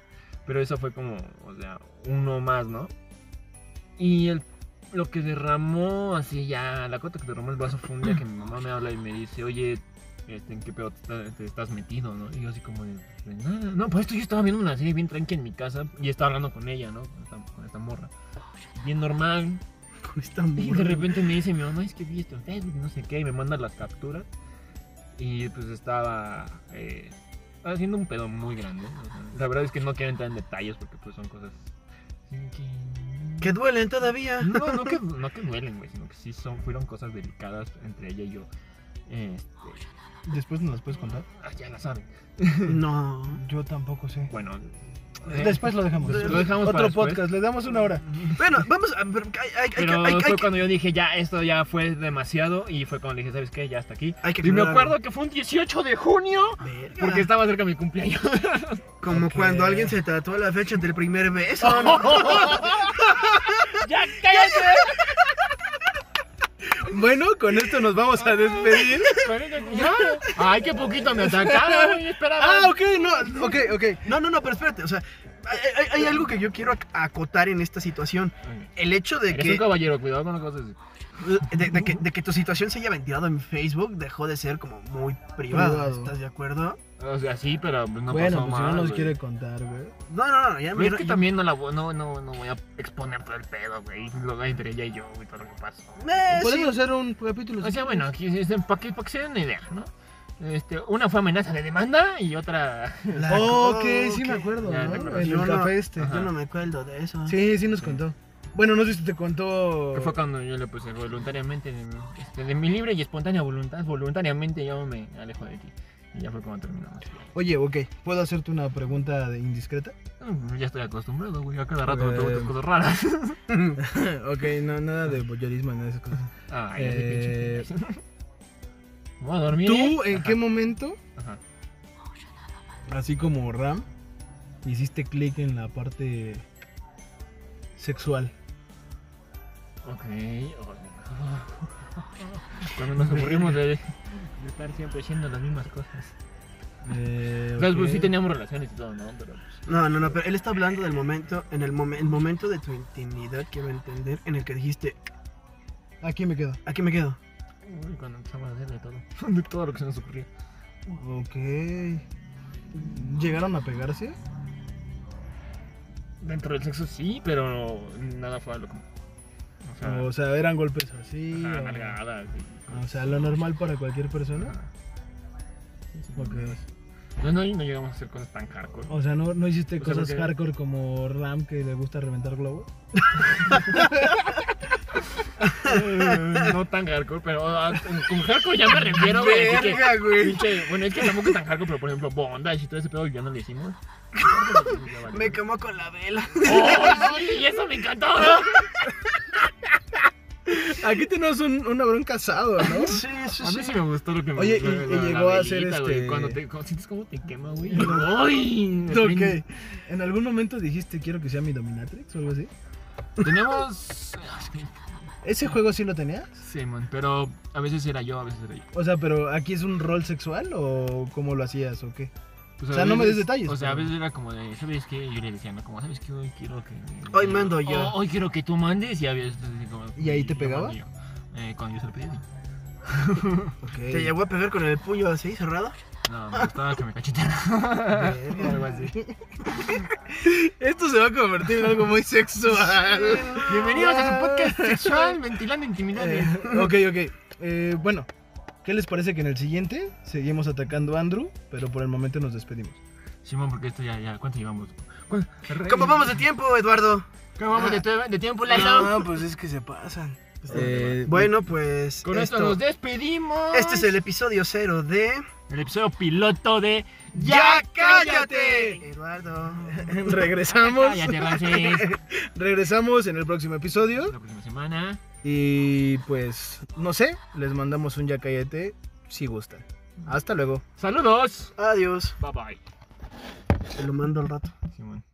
S3: Pero eso fue como, o sea, uno más, ¿no? Y el, lo que derramó, así ya, la gota que derramó el vaso fue un día que mi mamá me habla y me dice, oye, este, ¿en qué pedo te, está- te estás metido, no? Y yo así como, de, "Pues nada, no, pues esto yo estaba viendo una serie bien tranqui en mi casa y estaba hablando con ella, ¿no? Con esta, con esta morra. Bien normal.
S2: Con esta
S3: Y de
S2: morra.
S3: repente me dice mi mamá, es que vi esto en Facebook, no sé qué, y me manda las capturas. Y pues estaba eh, haciendo un pedo muy grande. o sea, la verdad es que no quiero entrar en detalles porque pues son cosas... que-
S2: Que duelen todavía.
S3: no, no que, no que duelen, güey, sino que sí son, fueron cosas delicadas entre ella y yo. Este,
S1: Después nos las puedes contar.
S3: ah, ya la saben.
S2: No.
S1: Yo tampoco sé.
S3: Bueno, eh,
S1: Después lo dejamos.
S3: Después lo dejamos
S1: Otro
S3: para después.
S1: podcast, le damos una hora.
S2: Bueno, vamos a. pero Hay, hay- hay que-
S3: Pero
S2: hay- hay
S3: fue
S2: que-
S3: cuando yo dije, ya, esto ya fue demasiado. Y fue cuando le dije, ¿sabes qué? Ya hasta aquí.
S2: hay que
S3: Y me
S2: aclararlo.
S3: acuerdo que fue un 18 de junio.
S2: Verga.
S3: Porque estaba cerca mi cumpleaños.
S2: Como cuando alguien se tatuó la fecha del primer beso.
S3: <laughs> ¡Ya cállate!
S5: Bueno, con esto nos vamos a despedir.
S3: <laughs> ¿Ya? ¡Ay, qué poquito me atacaron! güey, esperaba.
S2: Ah, ok,
S5: No, ok, ok.
S2: No, no, no, pero espérate, o sea, hay, hay- hay algo que yo quiero ac- acotar en esta situación. El hecho de
S3: Eres
S2: que,
S3: un caballero, cuidado con las cosas.
S2: de, de que, de que tu situación se haya ventilado en Facebook dejó de ser como muy privada,
S5: Privado.
S2: ¿estás de acuerdo?
S3: O sea, sí, pero
S1: bueno,
S3: no pasó
S1: pues si no
S3: mal,
S1: nos
S3: güey.
S1: quiere contar, güey.
S5: Eh,
S2: No, no, no, ya
S3: Pero es
S2: mira,
S3: que
S2: yo-
S3: también no, la, voy- no, no, no voy a exponer todo el pedo, güey. Lo de entre ella y yo, güey, todo lo que pasó.
S2: Eh, sí,
S1: Podemos hacer un capítulo.
S3: O sea, bueno, aquí para que, pa' que se den una idea, ¿no? Este, una fue amenaza de demanda y otra.
S2: la-
S1: Oh, ok,
S2: oh,
S1: sí
S2: ok.
S1: me acuerdo,
S3: Ya,
S1: ¿no?
S3: recuerdo.
S1: En el
S2: Yo no-
S1: café
S5: Ah.
S1: este.
S3: Ajá.
S2: Yo no me acuerdo de eso.
S1: Sí, sí nos contó. Bueno, no sé si te contó.
S3: Fue cuando yo le puse voluntariamente, de, mi- este, de mi libre y espontánea voluntad, voluntariamente yo me alejo de ti. Y ya fue cuando terminamos.
S1: Oye, ok, ¿puedo hacerte una pregunta de indiscreta?
S3: Mm, Ya estoy acostumbrado, güey. A cada rato me
S5: Eh.
S1: Pues,
S3: preguntas cosas raras.
S5: <coughs>
S3: <laughs>
S5: Ok, no, nada de boyerismo, nada de esas cosas.
S3: Ay, ese
S1: Eh,
S3: pinche. <laughs> Me Voy a dormir. ¿eh?
S1: ¿Tú en
S3: Ajá,
S1: qué momento,
S3: ajá.
S1: así como Ram, hiciste clic en la parte sexual?
S3: Ok. oh, Cuando nos aburrimos de, de estar siempre haciendo las mismas cosas.
S1: Eh,
S3: O sea,
S1: ok.
S3: pues sí teníamos relaciones y todo, ¿no? Pero
S2: No, no, no, pero él está hablando del momento, en el, momen- el momento de tu intimidad, quiero entender, en el que dijiste,
S1: Aquí me quedo.
S2: aquí me quedo.
S3: pues, uy, cuando empezamos a hacer de todo. <laughs> De todo lo que se nos ocurría.
S1: Ok. ¿Llegaron a pegarse?
S3: Dentro del sexo sí, pero nada fue lo como. O sea,
S1: O sea, eran golpes así.
S3: ajá,
S1: o-
S3: nalgadas pues. y-
S1: o sea, lo normal para cualquier persona.
S3: Ajá. Sí, sí.
S1: Ok.
S3: No, no, no llegamos a hacer cosas tan hardcore.
S1: O sea, ¿no, no hiciste
S3: O sea,
S1: cosas
S3: porque-
S1: hardcore como Ram que le gusta reventar globos?
S3: Eh, no tan hardcore, pero ah, con, con hardcore ya me refiero, güey. así que- pinche- bueno, es que tampoco es tan hardcore, pero por ejemplo, bondage y todo ese pedo ya no lo hicimos.
S2: Me quemó con la vela.
S3: <laughs>
S2: <laughs>
S3: ¡Oh, sí! Y eso me encantó.
S5: Aquí tenemos un, un abrón casado,
S1: <laughs>
S5: ¿no?
S2: Sí, sí,
S3: A mí
S2: sí.
S3: sí me gustó lo que me
S1: Oye,
S3: gustó,
S1: y-
S3: la-
S1: y
S3: la- la
S1: llegó a ser
S3: velita,
S1: este-
S3: güey, Cuando te cuando sientes cómo te quema, güey. ¡Ay!
S1: Ok. ¿En algún momento dijiste quiero que sea mi dominatrix o algo así?
S3: Tenemos.
S1: ¿Ese juego sí lo tenías?
S3: Sí, man, pero a veces era yo, a veces era yo.
S1: O sea, pero aquí es un rol sexual o cómo lo hacías o qué?
S3: Pues
S1: O
S3: a
S1: sea, no me des
S3: veces-
S1: detalles,
S3: O sea, a
S1: pero-
S3: veces era como de, ¿sabes qué? Yo le decía, ¿no? Como, ¿sabes qué? Hoy quiero que.
S2: Hoy mando yo.
S3: Oh, hoy quiero que tú mandes y a veces. así como,
S1: ¿Y ahí te
S3: yo
S1: pegaba?
S3: mando yo. Eh, cuando yo se lo pedía. sí.
S2: ¿Te llegó a pegar con el puño así, cerrado?
S3: No, me gustaba que me cachetearan. Algo así.
S6: Esto se va a convertir en algo muy sexual.
S3: Bienvenidos a su podcast sexual, ventilando intimidades.
S1: <laughs> Ok, ok. Eh, bueno, ¿qué les parece que en el siguiente seguimos atacando a Andrew, pero por el momento nos despedimos?
S3: Simón, porque esto ya, ya, ¿cuánto llevamos?
S2: ¿Cómo vamos de tiempo, Eduardo?
S3: ¿Cómo vamos de, de tiempo, Lalo?
S2: No, pues es que se pasan.
S1: Este,
S6: Eh,
S2: Bueno, pues.
S3: Con esto,
S2: esto-
S3: nos despedimos.
S2: este es el episodio cero de.
S3: el episodio piloto de
S2: ¡Ya
S3: cállate!
S2: Eduardo.
S6: <laughs> regresamos.
S3: Cállate, Ramsés.
S6: Regresamos en el próximo episodio.
S3: La próxima semana.
S6: Y pues, no sé, les mandamos un ya cállate si gustan. Hasta luego.
S3: Saludos.
S2: Adiós.
S3: Bye bye.
S2: Te lo mando al rato.
S3: Simón.